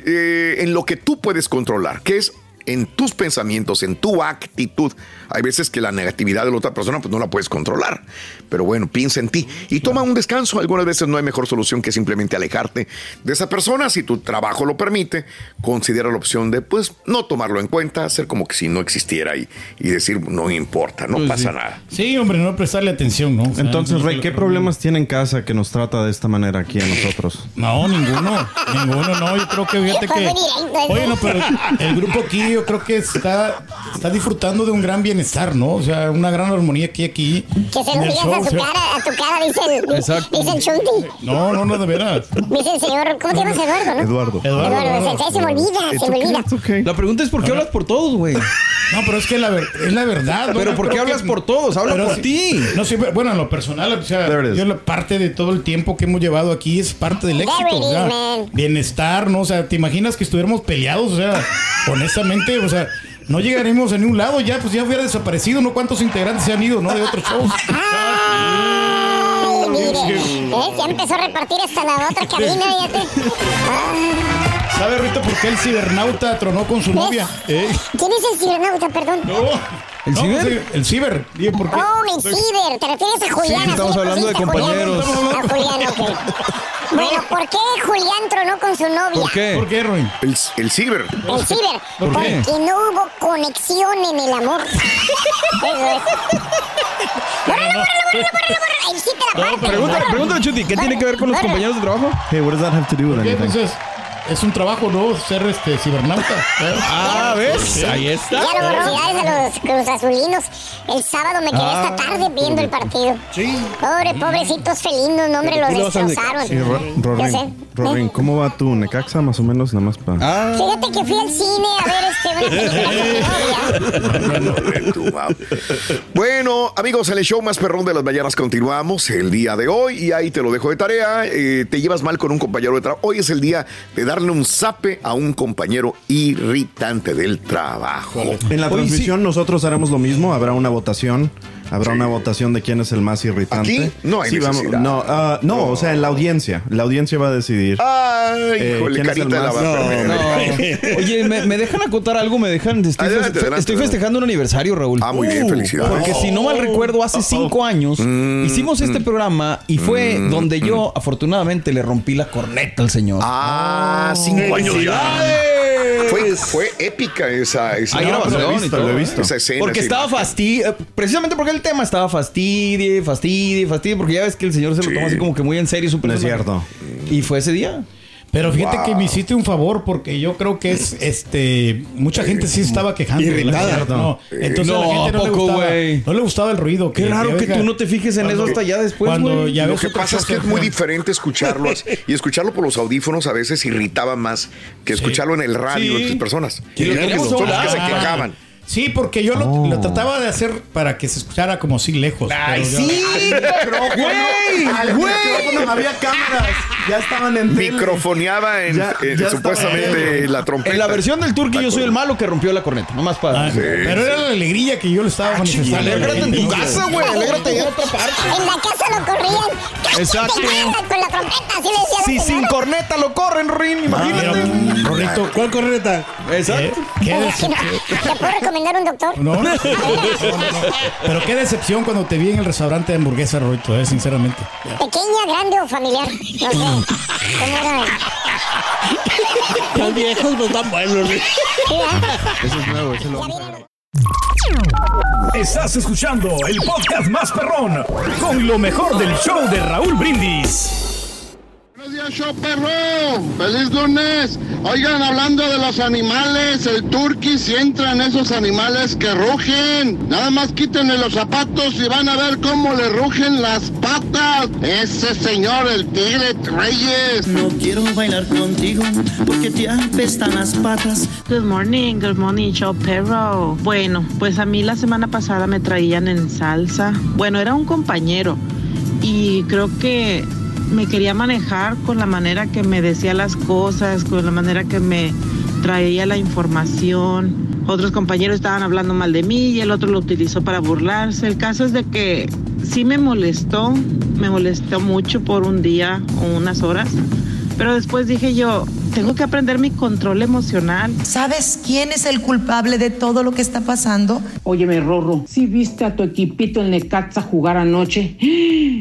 [SPEAKER 1] eh, en lo que tú puedes controlar, que es en tus pensamientos, en tu actitud. Hay veces que la negatividad de la otra persona pues no la puedes controlar. Pero bueno, piensa en ti y toma un descanso. Algunas veces no hay mejor solución que simplemente alejarte de esa persona. Si tu trabajo lo permite, considera la opción de pues no tomarlo en cuenta, hacer como que si no existiera y, y decir no importa, no
[SPEAKER 3] Pues
[SPEAKER 1] pasa
[SPEAKER 3] sí.
[SPEAKER 1] nada.
[SPEAKER 3] Sí, hombre, no prestarle atención, ¿no? O sea,
[SPEAKER 5] Entonces, Rey, ¿qué
[SPEAKER 3] no-
[SPEAKER 5] problemas tiene en casa que nos trata de esta manera aquí a nosotros?
[SPEAKER 3] No, ninguno. ninguno, no. Yo creo que fíjate
[SPEAKER 4] Pues
[SPEAKER 3] que.
[SPEAKER 4] venir ahí, pues.
[SPEAKER 3] Oye, no, pero el grupo aquí yo creo que está, está disfrutando de un gran bienestar, ¿no? O sea, una gran armonía aquí, aquí.
[SPEAKER 4] Que se
[SPEAKER 3] en
[SPEAKER 4] lo
[SPEAKER 3] el
[SPEAKER 4] digas
[SPEAKER 3] show,
[SPEAKER 4] a
[SPEAKER 3] o
[SPEAKER 4] su
[SPEAKER 3] sea,
[SPEAKER 4] cara, a tu cara, dice el,
[SPEAKER 3] Exacto.
[SPEAKER 4] dice el Chunti.
[SPEAKER 3] No, no, no, de veras.
[SPEAKER 4] Dice el señor, ¿cómo te llamas Eduardo, no?
[SPEAKER 3] Eduardo. Eduardo,
[SPEAKER 4] Eduardo, se- se me olvida, se me olvida.
[SPEAKER 2] La pregunta es por qué hablas por todos, güey.
[SPEAKER 3] No, pero es que la ver- es la verdad. ¿no?
[SPEAKER 2] Pero
[SPEAKER 3] Yo
[SPEAKER 2] ¿por qué
[SPEAKER 3] creo que-
[SPEAKER 2] hablas por todos? Habla
[SPEAKER 3] pero
[SPEAKER 2] por
[SPEAKER 3] sí-
[SPEAKER 2] ti.
[SPEAKER 3] No, sí, pero, bueno, en lo personal, o sea,
[SPEAKER 2] There it is.
[SPEAKER 3] yo la parte de todo el tiempo que hemos llevado aquí es parte del éxito.
[SPEAKER 4] There it
[SPEAKER 3] o sea,
[SPEAKER 4] is, man.
[SPEAKER 3] bienestar, ¿no? O sea, ¿te imaginas que estuviéramos peleados? O sea, honestamente, o sea, no llegaremos a ningún lado ya, pues ya hubiera desaparecido, ¿no? ¿Cuántos integrantes se han ido, ¿no? De otros shows.
[SPEAKER 4] Ay, mire, ¿eh? ya empezó a repartir hasta la otra cabina, Ah, ya te...
[SPEAKER 3] ¿Sabe, Rito, por qué el cibernauta tronó con su novia? ¿Eh?
[SPEAKER 4] ¿Quién es el cibernauta, perdón?
[SPEAKER 3] No. ¿El ciber? el ciber. Digo, ¿por qué?
[SPEAKER 4] Oh, el ciber, ¿te refieres a Julián?
[SPEAKER 3] Sí, estamos
[SPEAKER 4] Así le
[SPEAKER 3] hablando de
[SPEAKER 4] pusiste, Julián.
[SPEAKER 3] compañeros. Estamos
[SPEAKER 4] Ah, Julián, ok. Bueno, ¿por qué Julián tronó con su novia?
[SPEAKER 1] qué?
[SPEAKER 3] ¿Por qué, Ruin?
[SPEAKER 1] El, el ciber.
[SPEAKER 4] El ciber.
[SPEAKER 1] ¿Por qué?
[SPEAKER 4] Porque no hubo conexión en el amor. Eso es. Bórralo, bórralo, bórralo, bórralo, bórralo. Ahí sí te la parte.
[SPEAKER 2] Pregúntale, pregúntale, Chuti, ¿qué tiene que ver con los compañeros de trabajo?
[SPEAKER 5] Hey, what does that have to do with
[SPEAKER 3] ¿Por qué?
[SPEAKER 5] anything?
[SPEAKER 3] Entonces, pues es un trabajo, ¿no? Ser este cibernauta. ¿eh?
[SPEAKER 2] Ah, ¿ves?
[SPEAKER 3] Sí.
[SPEAKER 2] Ahí está.
[SPEAKER 4] Ya lo borró. Felicidades a los cruzazulinos. El sábado me quedé
[SPEAKER 3] Ah,
[SPEAKER 4] esta tarde viendo el partido. Pobre, pobrecitos felinos, no, hombre,
[SPEAKER 5] Tú le
[SPEAKER 4] los
[SPEAKER 5] vas al Necaxa.
[SPEAKER 4] destrozaron.
[SPEAKER 5] Sí, Ro-
[SPEAKER 4] Yo
[SPEAKER 5] Rorín,
[SPEAKER 4] sé.
[SPEAKER 5] Rorín, ¿cómo va tu Necaxa? Más o menos, nada más para.
[SPEAKER 1] Ah.
[SPEAKER 4] Fíjate que fui al cine a ver este, una película con mi novia.
[SPEAKER 1] Bueno, amigos, en el show más perrón de las mañanas continuamos el día de hoy y ahí te lo dejo de tarea. Eh, te llevas mal con un compañero de trabajo. Hoy es el día de darle un zape a un compañero irritante del trabajo.
[SPEAKER 5] En la transmisión nosotros haremos lo mismo, habrá una votación Habrá una votación de quién es el más irritante.
[SPEAKER 1] ¿Aquí? No hay
[SPEAKER 5] Sí, vamos-
[SPEAKER 1] necesidad.
[SPEAKER 5] no, ah, no, o sea, la audiencia. La audiencia va a decidir.
[SPEAKER 1] Ah, Ay, híjole, carita de la
[SPEAKER 5] más-
[SPEAKER 1] vaca.
[SPEAKER 2] No. Oye, ¿me, me dejan acotar algo, me dejan. Estoy,
[SPEAKER 1] Adelante,
[SPEAKER 2] fe- fe-
[SPEAKER 1] adelante,
[SPEAKER 2] estoy
[SPEAKER 1] adelante.
[SPEAKER 2] festejando un aniversario, Raúl. Uh,
[SPEAKER 1] Ah, muy bien, felicidades. Oh,
[SPEAKER 2] Porque si no mal recuerdo, hace cinco años hicimos este
[SPEAKER 1] mm.
[SPEAKER 2] programa y fue
[SPEAKER 1] Mm,
[SPEAKER 2] donde
[SPEAKER 1] mm.
[SPEAKER 2] yo afortunadamente le rompí la corneta al señor.
[SPEAKER 1] Ah, cinco años ya. Fue, fue épica esa, esa
[SPEAKER 2] Hay grabación Ah, y todo, ¿eh?
[SPEAKER 1] Esa escena,
[SPEAKER 2] Porque
[SPEAKER 1] esa
[SPEAKER 2] estaba fastidio, precisamente porque el tema estaba fastidie, fastidie, fastidie, porque ya ves que el señor se lo toma así como que muy en serio su
[SPEAKER 5] No es
[SPEAKER 2] personaje.
[SPEAKER 5] cierto.
[SPEAKER 2] Y fue ese día.
[SPEAKER 3] Pero fíjate
[SPEAKER 2] Wow.
[SPEAKER 3] que me hiciste un favor porque yo creo que es este mucha gente sí estaba quejando.
[SPEAKER 2] Irritada.
[SPEAKER 3] la verdad, No,
[SPEAKER 2] Eh,
[SPEAKER 3] entonces
[SPEAKER 2] no,
[SPEAKER 3] a la gente no,
[SPEAKER 2] ¿a
[SPEAKER 3] le
[SPEAKER 2] poco,
[SPEAKER 3] gustaba,
[SPEAKER 2] güey?
[SPEAKER 3] no le gustaba el ruido.
[SPEAKER 2] Qué raro que tú no te fijes en eso hasta ya después,
[SPEAKER 3] Cuando
[SPEAKER 2] güey.
[SPEAKER 3] ya
[SPEAKER 1] Lo
[SPEAKER 3] ves
[SPEAKER 1] que
[SPEAKER 3] otro
[SPEAKER 1] pasa es que es
[SPEAKER 3] show
[SPEAKER 1] muy diferente escucharlo así. y escucharlo por los audífonos a veces irritaba más que escucharlo en el radio
[SPEAKER 3] Sí.
[SPEAKER 1] entre personas.
[SPEAKER 3] Y lo teníamos
[SPEAKER 1] son los que
[SPEAKER 3] doblado.
[SPEAKER 1] se quejaban.
[SPEAKER 3] Sí, porque yo lo,
[SPEAKER 2] Oh.
[SPEAKER 3] lo trataba de hacer para que se escuchara como si lejos.
[SPEAKER 1] Ay,
[SPEAKER 3] pero yo-
[SPEAKER 1] sí,
[SPEAKER 3] Güey,
[SPEAKER 5] Al
[SPEAKER 3] güey.
[SPEAKER 5] micrófono había cámaras. Ya estaban en tele.
[SPEAKER 1] Microfoneaba en,
[SPEAKER 5] Ya-
[SPEAKER 1] en
[SPEAKER 5] ya
[SPEAKER 1] supuestamente la trompeta.
[SPEAKER 2] En la versión del Turqui yo soy el malo que rompió la corneta, nomás para.
[SPEAKER 1] Sí,
[SPEAKER 3] Ah,
[SPEAKER 1] Ah,
[SPEAKER 3] Pero era la alegría que yo le estaba manifestando.
[SPEAKER 2] alégrate en tu casa, güey, alégrate en otra parte.
[SPEAKER 4] En la casa lo corrían. ¡Cállate,
[SPEAKER 2] Exacto.
[SPEAKER 4] banda! Con la trompeta, así le decía la
[SPEAKER 2] Si
[SPEAKER 4] señora.
[SPEAKER 2] sin corneta lo corren, Rin, imagínate.
[SPEAKER 3] Correcto. ¿Cuál corneta? Eh,
[SPEAKER 2] Exacto.
[SPEAKER 3] ¿Qué
[SPEAKER 4] Oye,
[SPEAKER 3] decep-
[SPEAKER 4] ¿Te puedo recomendar un doctor?
[SPEAKER 3] No, no, no, no, no. Pero qué decepción cuando te vi en el restaurante de hamburguesa, Roito, eh, sinceramente.
[SPEAKER 4] Pequeña, grande o familiar. No sé. ¿Cómo era?
[SPEAKER 11] Los viejos no están buenos.
[SPEAKER 12] Estás escuchando el podcast más perrón con lo mejor del show de Raúl Brindis.
[SPEAKER 13] Buenos días, show perro. Feliz lunes. Oigan, hablando de los animales, el turqui, si entran esos animales que rugen, nada más quítenle los zapatos y van a ver cómo le rugen las patas. Ese señor, el tigre Reyes.
[SPEAKER 14] No quiero bailar contigo porque te apestan las patas.
[SPEAKER 15] Good morning, good morning, show perro. Bueno, pues a mí la semana pasada me traían en salsa. Bueno, era un compañero y creo que me quería manejar con la manera que me decía las cosas, con la manera que me traía la información. Otros compañeros estaban hablando mal de mí y el otro lo utilizó para burlarse. El caso es de que sí me molestó, me molestó mucho por un día o unas horas. Pero después dije yo, tengo que aprender mi control emocional.
[SPEAKER 16] ¿Sabes quién es el culpable de todo lo que está pasando?
[SPEAKER 15] Óyeme, Rorro, si viste a tu equipito en Necaxa jugar anoche,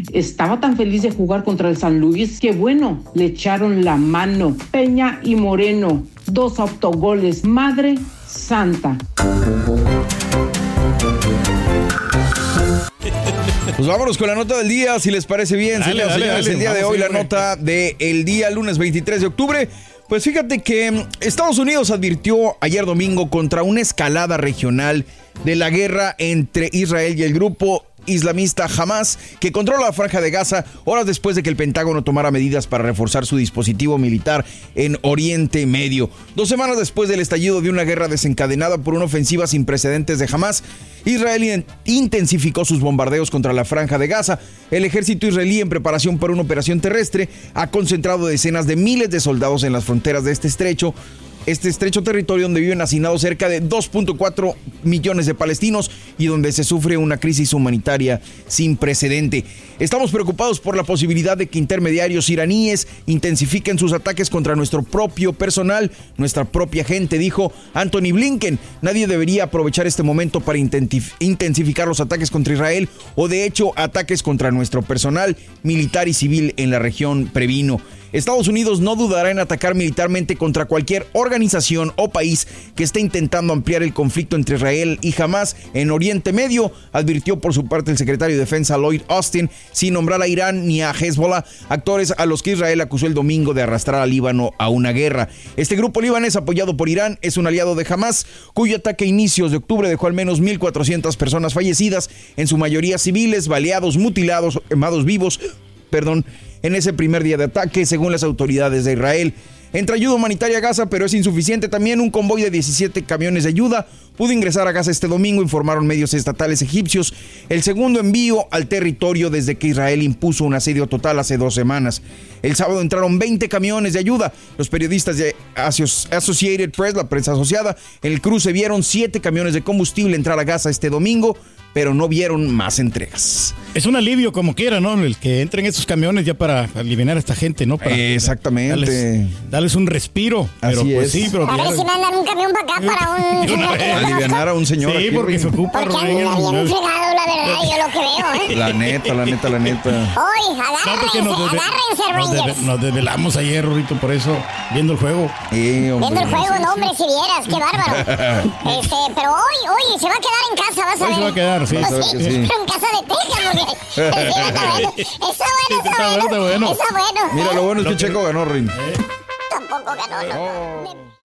[SPEAKER 15] estaba tan feliz de jugar contra el San Luis que bueno, le echaron la mano. Peña y Moreno, dos autogoles, madre santa.
[SPEAKER 2] Pues vámonos con la nota del día, si les parece bien,
[SPEAKER 12] Dale,
[SPEAKER 2] señoras
[SPEAKER 12] dale,
[SPEAKER 2] y señores.
[SPEAKER 12] dale,
[SPEAKER 2] el día de
[SPEAKER 12] vamos,
[SPEAKER 2] hoy, la
[SPEAKER 12] hombre.
[SPEAKER 2] nota del día, lunes 23 de octubre. Pues fíjate que mm, Estados Unidos advirtió ayer domingo contra una escalada regional de la guerra entre Israel y el grupo islamista Hamas, que controla la franja de Gaza horas después de que el Pentágono tomara medidas para reforzar su dispositivo militar en Oriente Medio. Dos semanas después del estallido de una guerra desencadenada por una ofensiva sin precedentes de Hamas, Israel in- intensificó sus bombardeos contra la franja de Gaza. El ejército israelí, en preparación para una operación terrestre, ha concentrado decenas de miles de soldados en las fronteras de este estrecho este estrecho territorio donde viven hacinados cerca de 2.4 millones de palestinos y donde se sufre una crisis humanitaria sin precedente. Estamos preocupados por la posibilidad de que intermediarios iraníes intensifiquen sus ataques contra nuestro propio personal, nuestra propia gente, dijo Anthony Blinken. Nadie debería aprovechar este momento para intentif- intensificar los ataques contra Israel o de hecho ataques contra nuestro personal militar y civil en la región previno. Estados Unidos no dudará en atacar militarmente contra cualquier organización o país que esté intentando ampliar el conflicto entre Israel y Hamas en Oriente Medio, advirtió por su parte el secretario de Defensa Lloyd Austin, sin nombrar a Irán ni a Hezbollah, actores a los que Israel acusó el domingo de arrastrar al Líbano a una guerra. Este grupo libanés, apoyado por Irán, es un aliado de Hamas, cuyo ataque a inicios de octubre dejó al menos 1.400 personas fallecidas, en su mayoría civiles, baleados, mutilados, o quemados vivos, perdón, en ese primer día de ataque, según las autoridades de Israel. Entra ayuda humanitaria a Gaza, pero es insuficiente también un convoy de 17 camiones de ayuda pudo ingresar a Gaza este domingo, informaron medios estatales egipcios. El segundo envío al territorio desde que Israel impuso un asedio total hace dos semanas. El sábado entraron 20 camiones de ayuda. Los periodistas de Asso- Associated Press, la prensa asociada, en el cruce vieron siete camiones de combustible entrar a Gaza este domingo, pero no vieron más entregas.
[SPEAKER 3] Es un alivio como quiera, ¿no? El que entren esos camiones ya para aliviar a esta gente, ¿no? Para
[SPEAKER 2] Exactamente.
[SPEAKER 3] Darles, darles un respiro. Pero
[SPEAKER 2] Así
[SPEAKER 3] pues
[SPEAKER 2] es.
[SPEAKER 3] sí, pero
[SPEAKER 4] A ver si mandan un camión para acá para un...
[SPEAKER 2] Alivianar a un señor.
[SPEAKER 3] Sí,
[SPEAKER 2] aquí,
[SPEAKER 3] porque
[SPEAKER 2] güey.
[SPEAKER 3] se ocupa,
[SPEAKER 4] Porque anda bien fregado, la verdad, yo lo que veo, ¿eh?
[SPEAKER 2] La neta, la neta, la neta.
[SPEAKER 4] Hoy,
[SPEAKER 3] porque
[SPEAKER 4] agárrense,
[SPEAKER 3] nos debe-
[SPEAKER 4] agárrense,
[SPEAKER 3] Nos,
[SPEAKER 4] Rangers.
[SPEAKER 3] debe- nos desvelamos ayer, Rito, por eso, viendo el juego.
[SPEAKER 4] Viendo el juego, no, hombre, si vieras, qué bárbaro. Este, pero hoy, hoy se va a quedar en casa, vas a
[SPEAKER 3] Hoy
[SPEAKER 4] ver.
[SPEAKER 3] se va a quedar, sí.
[SPEAKER 4] Pues
[SPEAKER 3] Vas a ver que sí.
[SPEAKER 4] Pero en casa de Texas, porque... Está bueno, está bueno, está
[SPEAKER 3] Está bueno,
[SPEAKER 4] bueno.
[SPEAKER 3] bueno.
[SPEAKER 4] Está bueno.
[SPEAKER 2] Mira, lo bueno es que Checo ganó, Rin.
[SPEAKER 4] Tampoco ganó, no.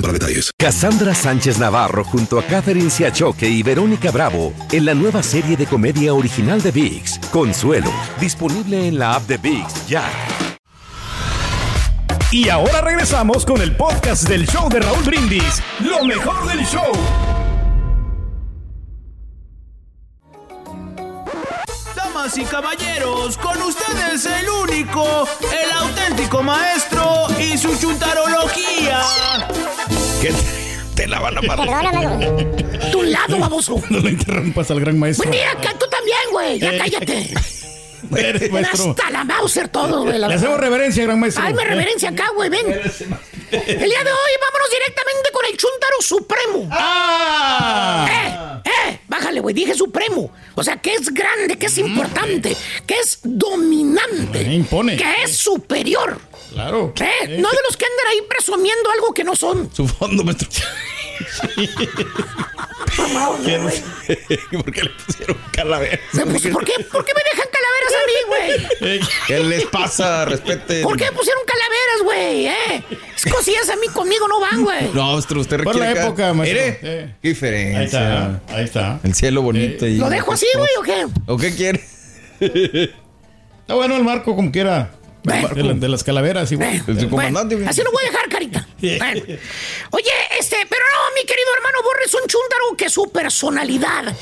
[SPEAKER 17] para detalles.
[SPEAKER 18] Cassandra Sánchez Navarro junto a Catherine Siachoque y Verónica Bravo en la nueva serie de comedia original de VIX, Consuelo, disponible en la app de VIX ya.
[SPEAKER 12] Y ahora regresamos con el podcast del show de Raúl Brindis. Lo mejor del show.
[SPEAKER 19] Damas y caballeros, con ustedes el único, el auténtico maestro y su chuntarología.
[SPEAKER 1] ¿Qué te, te lavan la mano?
[SPEAKER 19] Perdóname,
[SPEAKER 20] Tu lado, baboso.
[SPEAKER 3] No lo interrumpas al gran maestro.
[SPEAKER 20] Mira, acá tú también, güey. Ya
[SPEAKER 3] Eh.
[SPEAKER 20] cállate.
[SPEAKER 3] Eres maestro.
[SPEAKER 20] Hasta la Mauser todo, güey. la
[SPEAKER 3] Le
[SPEAKER 20] verdad.
[SPEAKER 3] hacemos reverencia, gran maestro.
[SPEAKER 20] Ay, me reverencia acá, güey. Ven. El día de hoy vámonos directamente con el Chuntaro Supremo. ¡Ah! ¡Eh! ¡Eh! Bájale, güey. Dije Supremo. O sea, que es grande, que es
[SPEAKER 3] Mm.
[SPEAKER 20] importante, que es dominante.
[SPEAKER 3] impone.
[SPEAKER 20] Que es superior.
[SPEAKER 3] Claro.
[SPEAKER 20] ¿Eh? No de los que andan ahí presumiendo algo que no son.
[SPEAKER 2] Oh. Su fondo, maestro.
[SPEAKER 20] ¿Por qué le pusieron calaveras? ¿Por qué, ¿Por qué me dejan calaveras a mí, güey?
[SPEAKER 2] ¿Qué les pasa? Respete.
[SPEAKER 20] ¿Por qué pusieron calaveras, güey? ¿Eh? Es cosillas a mí conmigo no van, güey.
[SPEAKER 2] No, maestro, usted
[SPEAKER 20] Por
[SPEAKER 2] requiere.
[SPEAKER 20] la
[SPEAKER 2] acá-
[SPEAKER 20] época, maestro.
[SPEAKER 2] Mire, qué diferencia.
[SPEAKER 3] Ahí está, ahí está.
[SPEAKER 2] El cielo bonito. y-
[SPEAKER 20] ¿Lo dejo así, güey, o qué?
[SPEAKER 2] ¿O qué quiere?
[SPEAKER 3] Está bueno el marco, como quiera. De, la- de las calaveras, igual.
[SPEAKER 20] Eh, Bueno, así lo voy a dejar, carita. Bueno. Oye, este, pero no, mi querido hermano Borre es un chúndaro que su personalidad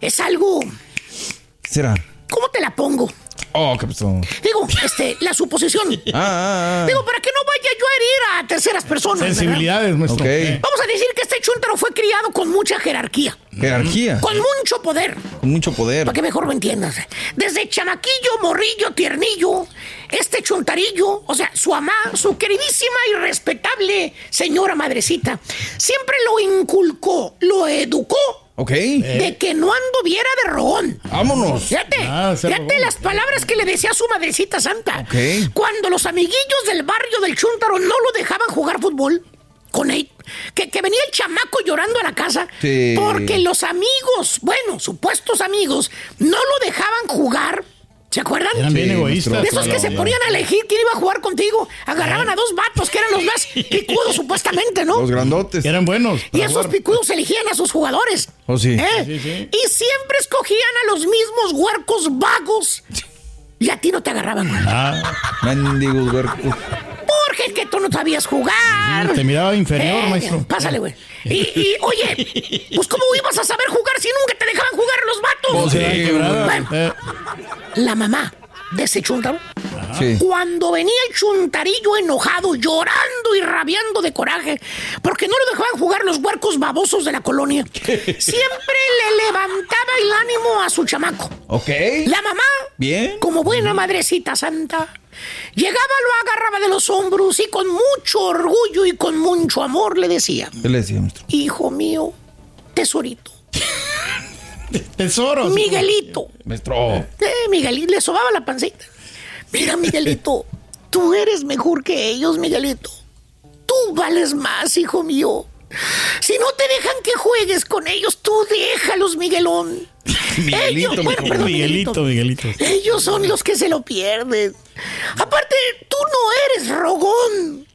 [SPEAKER 20] es algo.
[SPEAKER 2] ¿Qué será?
[SPEAKER 20] ¿Cómo te la pongo?
[SPEAKER 2] Oh, qué pasó.
[SPEAKER 20] Digo, este, la suposición.
[SPEAKER 2] ah, ah.
[SPEAKER 20] Digo, para que no vaya yo a herir a terceras personas. ¿verdad?
[SPEAKER 3] Sensibilidades, maestro.
[SPEAKER 2] Ok.
[SPEAKER 20] Vamos a decir que este chúntaro fue criado con mucha jerarquía.
[SPEAKER 2] Jerarquía.
[SPEAKER 20] Con mucho poder.
[SPEAKER 2] Con mucho poder.
[SPEAKER 20] Para que mejor me entiendas. Desde chamaquillo, morrillo, tiernillo, este chuntarillo, o sea, su mamá, su queridísima y respetable señora madrecita, siempre lo inculcó, lo educó.
[SPEAKER 2] Ok.
[SPEAKER 3] Eh,
[SPEAKER 20] De que no anduviera de rogón.
[SPEAKER 2] Vámonos.
[SPEAKER 20] Fíjate,
[SPEAKER 2] Ah, ser
[SPEAKER 20] fíjate
[SPEAKER 2] rogón.
[SPEAKER 20] las palabras que le decía su madrecita santa.
[SPEAKER 2] Ok.
[SPEAKER 20] Cuando los amiguillos del barrio del Chuntaro no lo dejaban jugar fútbol con él, que, que venía el chamaco llorando a la casa
[SPEAKER 2] Sí.
[SPEAKER 20] porque los amigos, bueno, supuestos amigos, no lo dejaban jugar. ¿Se acuerdan?
[SPEAKER 3] Eran bien Sí, egoístas,
[SPEAKER 20] De esos que
[SPEAKER 3] claro,
[SPEAKER 20] se
[SPEAKER 3] ya.
[SPEAKER 20] ponían a elegir quién iba a jugar contigo. Agarraban a dos vatos que eran los más picudos, supuestamente, ¿no?
[SPEAKER 2] Los grandotes.
[SPEAKER 3] Eran buenos.
[SPEAKER 20] Y esos picudos elegían a sus jugadores.
[SPEAKER 2] Oh, sí.
[SPEAKER 20] ¿Eh?
[SPEAKER 2] Sí, sí.
[SPEAKER 20] Y siempre escogían a los mismos huercos vagos. Y a ti no te agarraban, güey.
[SPEAKER 2] Ah, mendigos huercos.
[SPEAKER 20] Porque que tú no sabías jugar.
[SPEAKER 3] Te miraba inferior,
[SPEAKER 20] Eh,
[SPEAKER 3] maestro.
[SPEAKER 20] Pásale, güey. Y, y, oye, pues ¿cómo ibas a saber jugar si nunca te dejaban jugar los vatos?
[SPEAKER 3] Pues, sí, quebrada.
[SPEAKER 20] Bueno,
[SPEAKER 3] Eh,
[SPEAKER 20] la mamá de ese chuntaro.
[SPEAKER 3] Sí.
[SPEAKER 20] Cuando venía el chuntarillo enojado, llorando y rabiando de coraje, porque no lo dejaban jugar los huercos babosos de la colonia, siempre le levantaba el ánimo a su chamaco.
[SPEAKER 2] Ok.
[SPEAKER 20] La mamá,
[SPEAKER 2] Bien.
[SPEAKER 20] como buena madrecita santa, llegaba, lo agarraba de los hombros y con mucho orgullo y con mucho amor le decía,
[SPEAKER 2] ¿Qué le decía, maestro?
[SPEAKER 20] hijo mío, tesorito.
[SPEAKER 3] Tesoros.
[SPEAKER 20] Miguelito.
[SPEAKER 2] Maestro.
[SPEAKER 20] Eh, Miguelito, le sobaba la pancita. Mira, Miguelito, tú eres mejor que ellos, Miguelito. Tú vales más, hijo mío. Si no te dejan que juegues con ellos, tú déjalos, Miguelón.
[SPEAKER 3] Miguelito,
[SPEAKER 20] Ellos- bueno, perdón,
[SPEAKER 3] Miguelito, Miguelito.
[SPEAKER 20] Ellos son los que se lo pierden. Aparte, tú no eres rogón.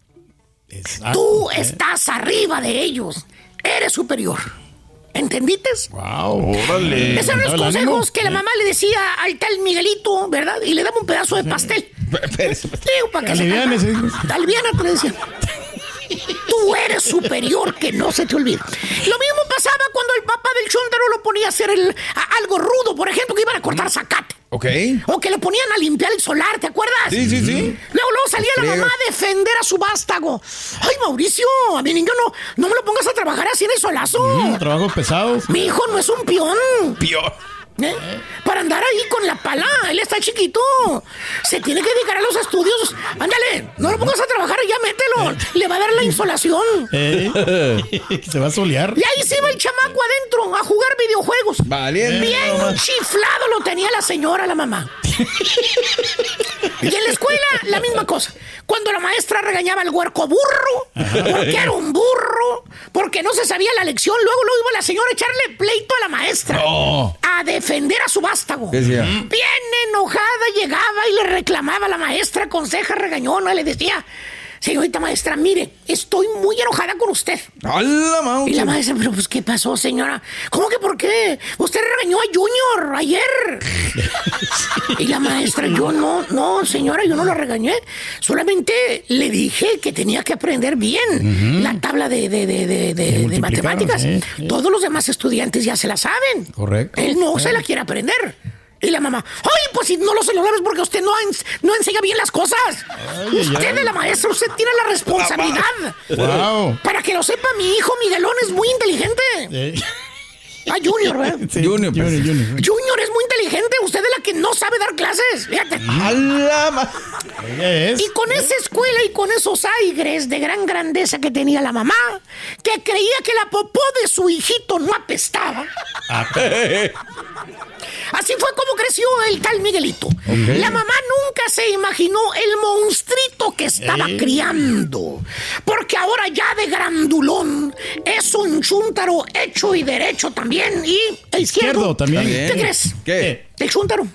[SPEAKER 3] Ah,
[SPEAKER 20] tú estás arriba de ellos. Eres superior. ¿Entendiste?
[SPEAKER 3] Wow, órale.
[SPEAKER 20] Esos eran los
[SPEAKER 3] ¿Andaba el ánimo?
[SPEAKER 20] consejos que la mamá le decía al tal Miguelito, ¿verdad? Y le daba un pedazo de pastel. Digo, para que se
[SPEAKER 3] Aliviane, sí.
[SPEAKER 20] calmara. Aliviana, te le decía. Tú eres superior, que no se te olvide. Lo mismo pasaba cuando el papá del chóndaro lo ponía a hacer el- a- algo rudo, por ejemplo, que iban a
[SPEAKER 2] Mm.
[SPEAKER 20] cortar zacate.
[SPEAKER 2] Ok.
[SPEAKER 20] O que le ponían a limpiar el solar, ¿te acuerdas?
[SPEAKER 2] Sí, sí, sí.
[SPEAKER 20] Luego, luego salía la
[SPEAKER 2] Friegas.
[SPEAKER 20] mamá a defender a su vástago. Ay, Mauricio, a mi niño no, no me lo pongas a trabajar así en el solazo.
[SPEAKER 2] Mm.
[SPEAKER 3] Trabajos pesados.
[SPEAKER 20] Mi hijo no es un peón.
[SPEAKER 3] Peor.
[SPEAKER 20] ¿eh? Para andar ahí con la pala, él está chiquito. Se tiene que dedicar a los estudios. Ándale, no lo pongas a trabajar, ya mételo. Le va a dar la insolación.
[SPEAKER 3] Eh, Se va a solear.
[SPEAKER 20] Y ahí se iba el chamaco adentro a jugar videojuegos.
[SPEAKER 3] Valiente.
[SPEAKER 20] Bien
[SPEAKER 3] Eh, nomás.
[SPEAKER 20] chiflado lo tenía la señora, la mamá. y en la escuela, la misma cosa. Cuando la maestra regañaba al huerco burro, porque era un burro, porque no se sabía la lección, luego luego iba la señora a echarle pleito a la maestra.
[SPEAKER 2] No.
[SPEAKER 20] A defender a su vástago.
[SPEAKER 2] ¿Qué decía?
[SPEAKER 20] Bien enojada llegaba y le reclamaba a la maestra con ceja regañona, le decía... Señorita maestra, mire, estoy muy enojada con usted. Y la maestra, pero pues, ¿qué pasó, señora? ¿Cómo que por qué? Usted regañó a Junior ayer. y la maestra, yo no, no, señora, yo no lo regañé. Solamente le dije que tenía que aprender bien la tabla de, de- de- de- de- de matemáticas.
[SPEAKER 3] sí,
[SPEAKER 20] Todos los demás estudiantes ya se la saben.
[SPEAKER 3] Correcto.
[SPEAKER 20] Él no se la quiere aprender. Y la mamá, ay, pues si no lo celebras porque usted no, ens- no enseña bien las cosas.
[SPEAKER 3] ay,
[SPEAKER 20] usted
[SPEAKER 3] ay.
[SPEAKER 20] es la maestra, usted tiene la responsabilidad.
[SPEAKER 3] Wow.
[SPEAKER 20] Para que lo sepa, mi hijo Miguelón es muy inteligente. Ah, Junior, ¿verdad?
[SPEAKER 3] Eh. Sí, Junior,
[SPEAKER 2] pues.
[SPEAKER 3] Junior.
[SPEAKER 20] Junior es muy inteligente. Usted es la que no sabe dar clases. Fíjate.
[SPEAKER 3] Oye, es.
[SPEAKER 20] Y con esa escuela y con esos aires de gran grandeza que tenía la mamá, que creía que la popó de su hijito no apestaba. Así fue como creció el tal Miguelito. La mamá nunca se imaginó el monstruito que estaba
[SPEAKER 3] Eh.
[SPEAKER 20] criando. Porque ahora ya de grandulón es un chúntaro hecho y derecho también. Y e izquierdo.
[SPEAKER 3] Izquierdo también.
[SPEAKER 20] ¿Qué crees?
[SPEAKER 3] ¿Qué?
[SPEAKER 20] El chúntaro,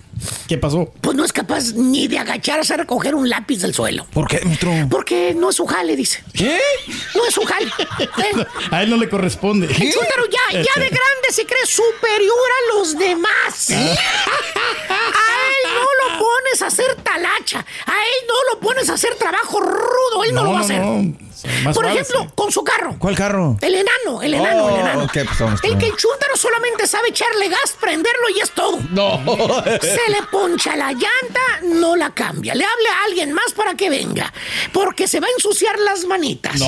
[SPEAKER 3] ¿Qué pasó?
[SPEAKER 20] pues no es capaz ni de agacharse a recoger un lápiz del suelo.
[SPEAKER 3] ¿Por qué, maestro?
[SPEAKER 20] Porque no es su jale, dice.
[SPEAKER 3] ¿Qué?
[SPEAKER 20] No es su jale. ¿eh?
[SPEAKER 3] A él no le corresponde. Este.
[SPEAKER 20] El chúntaro ya, ya de grande se cree superior a los demás. A
[SPEAKER 3] Ah.
[SPEAKER 20] él no lo pones a hacer talacha. A él no lo pones a hacer trabajo rudo. Él no, lo va a hacer.
[SPEAKER 3] Más
[SPEAKER 20] Por
[SPEAKER 3] suave,
[SPEAKER 20] ejemplo,
[SPEAKER 3] sí.
[SPEAKER 20] con su carro.
[SPEAKER 2] ¿Cuál carro?
[SPEAKER 20] El enano, el
[SPEAKER 2] Oh,
[SPEAKER 20] enano, el enano.
[SPEAKER 2] ¿Qué pasó, maestro?
[SPEAKER 20] El que el chúntaro solamente sabe echarle gas, prenderlo y es todo.
[SPEAKER 2] No.
[SPEAKER 20] Se le poncha la llanta, no la cambia. Le hable a alguien más para que venga. Porque se va a ensuciar las manitas.
[SPEAKER 3] No.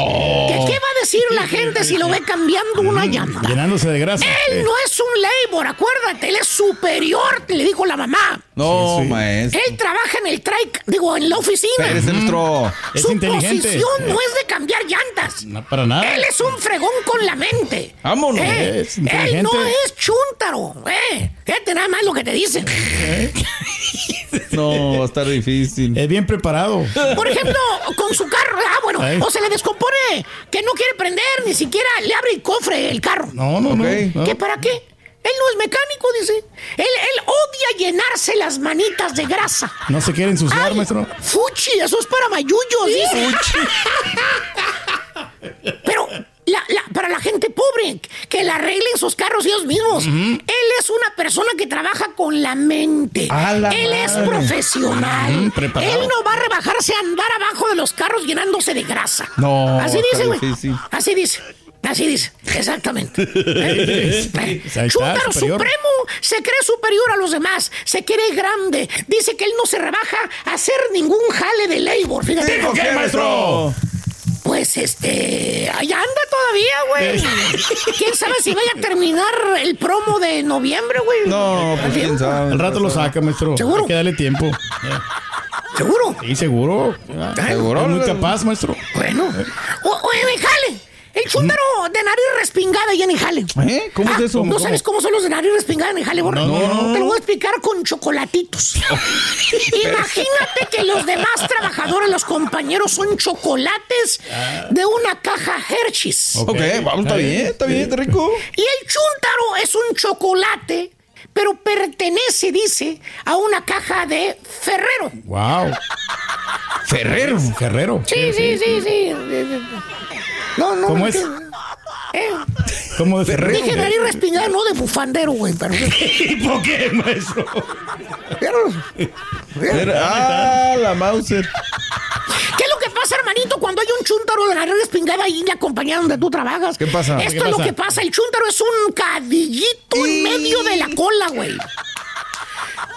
[SPEAKER 20] ¿Que ¿Qué, va a decir la gente si lo ve cambiando una llanta?
[SPEAKER 3] Llenándose de grasa.
[SPEAKER 20] Él no es un labor, acuérdate, él es superior, le dijo la mamá.
[SPEAKER 2] No, maestro.
[SPEAKER 20] Él trabaja en el trike, digo, en la oficina.
[SPEAKER 2] Eres nuestro.
[SPEAKER 3] Es
[SPEAKER 20] Su
[SPEAKER 3] inteligente.
[SPEAKER 20] posición no es de cambiar llantas.
[SPEAKER 3] No, para nada.
[SPEAKER 20] Él es un fregón con la mente.
[SPEAKER 2] Vámonos.
[SPEAKER 20] Eh,
[SPEAKER 3] Es
[SPEAKER 20] él no
[SPEAKER 3] inteligente.
[SPEAKER 20] es chúntaro. Eh, fíjate nada más lo que te dicen.
[SPEAKER 3] ¿Eh?
[SPEAKER 2] No, va a estar difícil.
[SPEAKER 3] Es bien preparado.
[SPEAKER 20] Por ejemplo, con su carro, ah, bueno,
[SPEAKER 3] Ahí.
[SPEAKER 20] o se le descompone que no quiere prender, ni siquiera le abre el cofre el carro.
[SPEAKER 3] No, no,
[SPEAKER 2] Ok.
[SPEAKER 3] no. no.
[SPEAKER 20] ¿Qué para qué? Él no es mecánico, dice. Él, él odia llenarse las manitas de grasa.
[SPEAKER 3] No se quiere ensuciar, maestro.
[SPEAKER 20] Fuchi, eso es para mayullos, dice. Pero la- la- para la gente pobre, que la arreglen sus carros ellos mismos. Él es una persona que trabaja con la mente.
[SPEAKER 3] A la
[SPEAKER 20] Él es
[SPEAKER 3] madre.
[SPEAKER 20] profesional.
[SPEAKER 3] Ujú, preparado.
[SPEAKER 20] Él no va a rebajarse a andar abajo de los carros llenándose de grasa.
[SPEAKER 2] No,
[SPEAKER 20] Así
[SPEAKER 2] está
[SPEAKER 20] dice, güey.
[SPEAKER 2] difícil.
[SPEAKER 20] Así dice. Así dice, exactamente.
[SPEAKER 3] está,
[SPEAKER 20] Chúntaro
[SPEAKER 3] Ah, superior.
[SPEAKER 20] supremo se cree superior a los demás, se cree grande. Dice que él no se rebaja a hacer ningún jale de labor. Fíjate.
[SPEAKER 3] ¿Por qué, maestro?
[SPEAKER 20] Pues este, allá anda todavía, güey. ¿Quién sabe si vaya a terminar el promo de noviembre, güey?
[SPEAKER 2] No, pues quién sabe.
[SPEAKER 3] Al rato lo saca, maestro.
[SPEAKER 20] ¿Seguro?
[SPEAKER 3] Hay que darle tiempo.
[SPEAKER 20] ¿Seguro?
[SPEAKER 3] Sí, seguro.
[SPEAKER 2] Seguro.
[SPEAKER 3] Es muy capaz, maestro.
[SPEAKER 20] Bueno. O- Oye, güey, jale. El chúntaro de nariz respingada allá en el jale. Ah,
[SPEAKER 2] ¿Eh? ¿Cómo es eso?
[SPEAKER 20] ¿No
[SPEAKER 2] ¿Cómo?
[SPEAKER 20] sabes cómo son los de nariz respingada en el jale, borra?
[SPEAKER 2] No, no, no.
[SPEAKER 20] Te lo voy a explicar con chocolatitos. Imagínate que los demás trabajadores, los compañeros, son chocolates de una caja Hershey's.
[SPEAKER 2] Ok, vamos, está bien, está bien, está rico.
[SPEAKER 20] Y el chuntaro es un chocolate, pero pertenece, dice, a una caja de Ferrero.
[SPEAKER 3] Wow.
[SPEAKER 2] Ferrero.
[SPEAKER 3] Ferrero.
[SPEAKER 20] Sí, sí, sí, sí. No, no.
[SPEAKER 3] ¿Cómo
[SPEAKER 20] no
[SPEAKER 3] es?
[SPEAKER 20] entiendo. Eh,
[SPEAKER 3] ¿Cómo de Ferrero?
[SPEAKER 20] Dije nariz respingada, no de bufandero, güey. pero-
[SPEAKER 3] ¿Y por qué, maestro?
[SPEAKER 20] ¿Vieron?
[SPEAKER 2] Fer- Ah, la Mauser.
[SPEAKER 20] ¿Qué es lo que pasa, hermanito, cuando hay un chúntaro de la red despingada ahí en la compañía donde tú trabajas?
[SPEAKER 2] ¿Qué pasa?
[SPEAKER 20] Esto
[SPEAKER 2] ¿Qué
[SPEAKER 20] es lo
[SPEAKER 2] pasa?
[SPEAKER 20] que pasa. El chúntaro es un cadillito en medio de la cola, güey.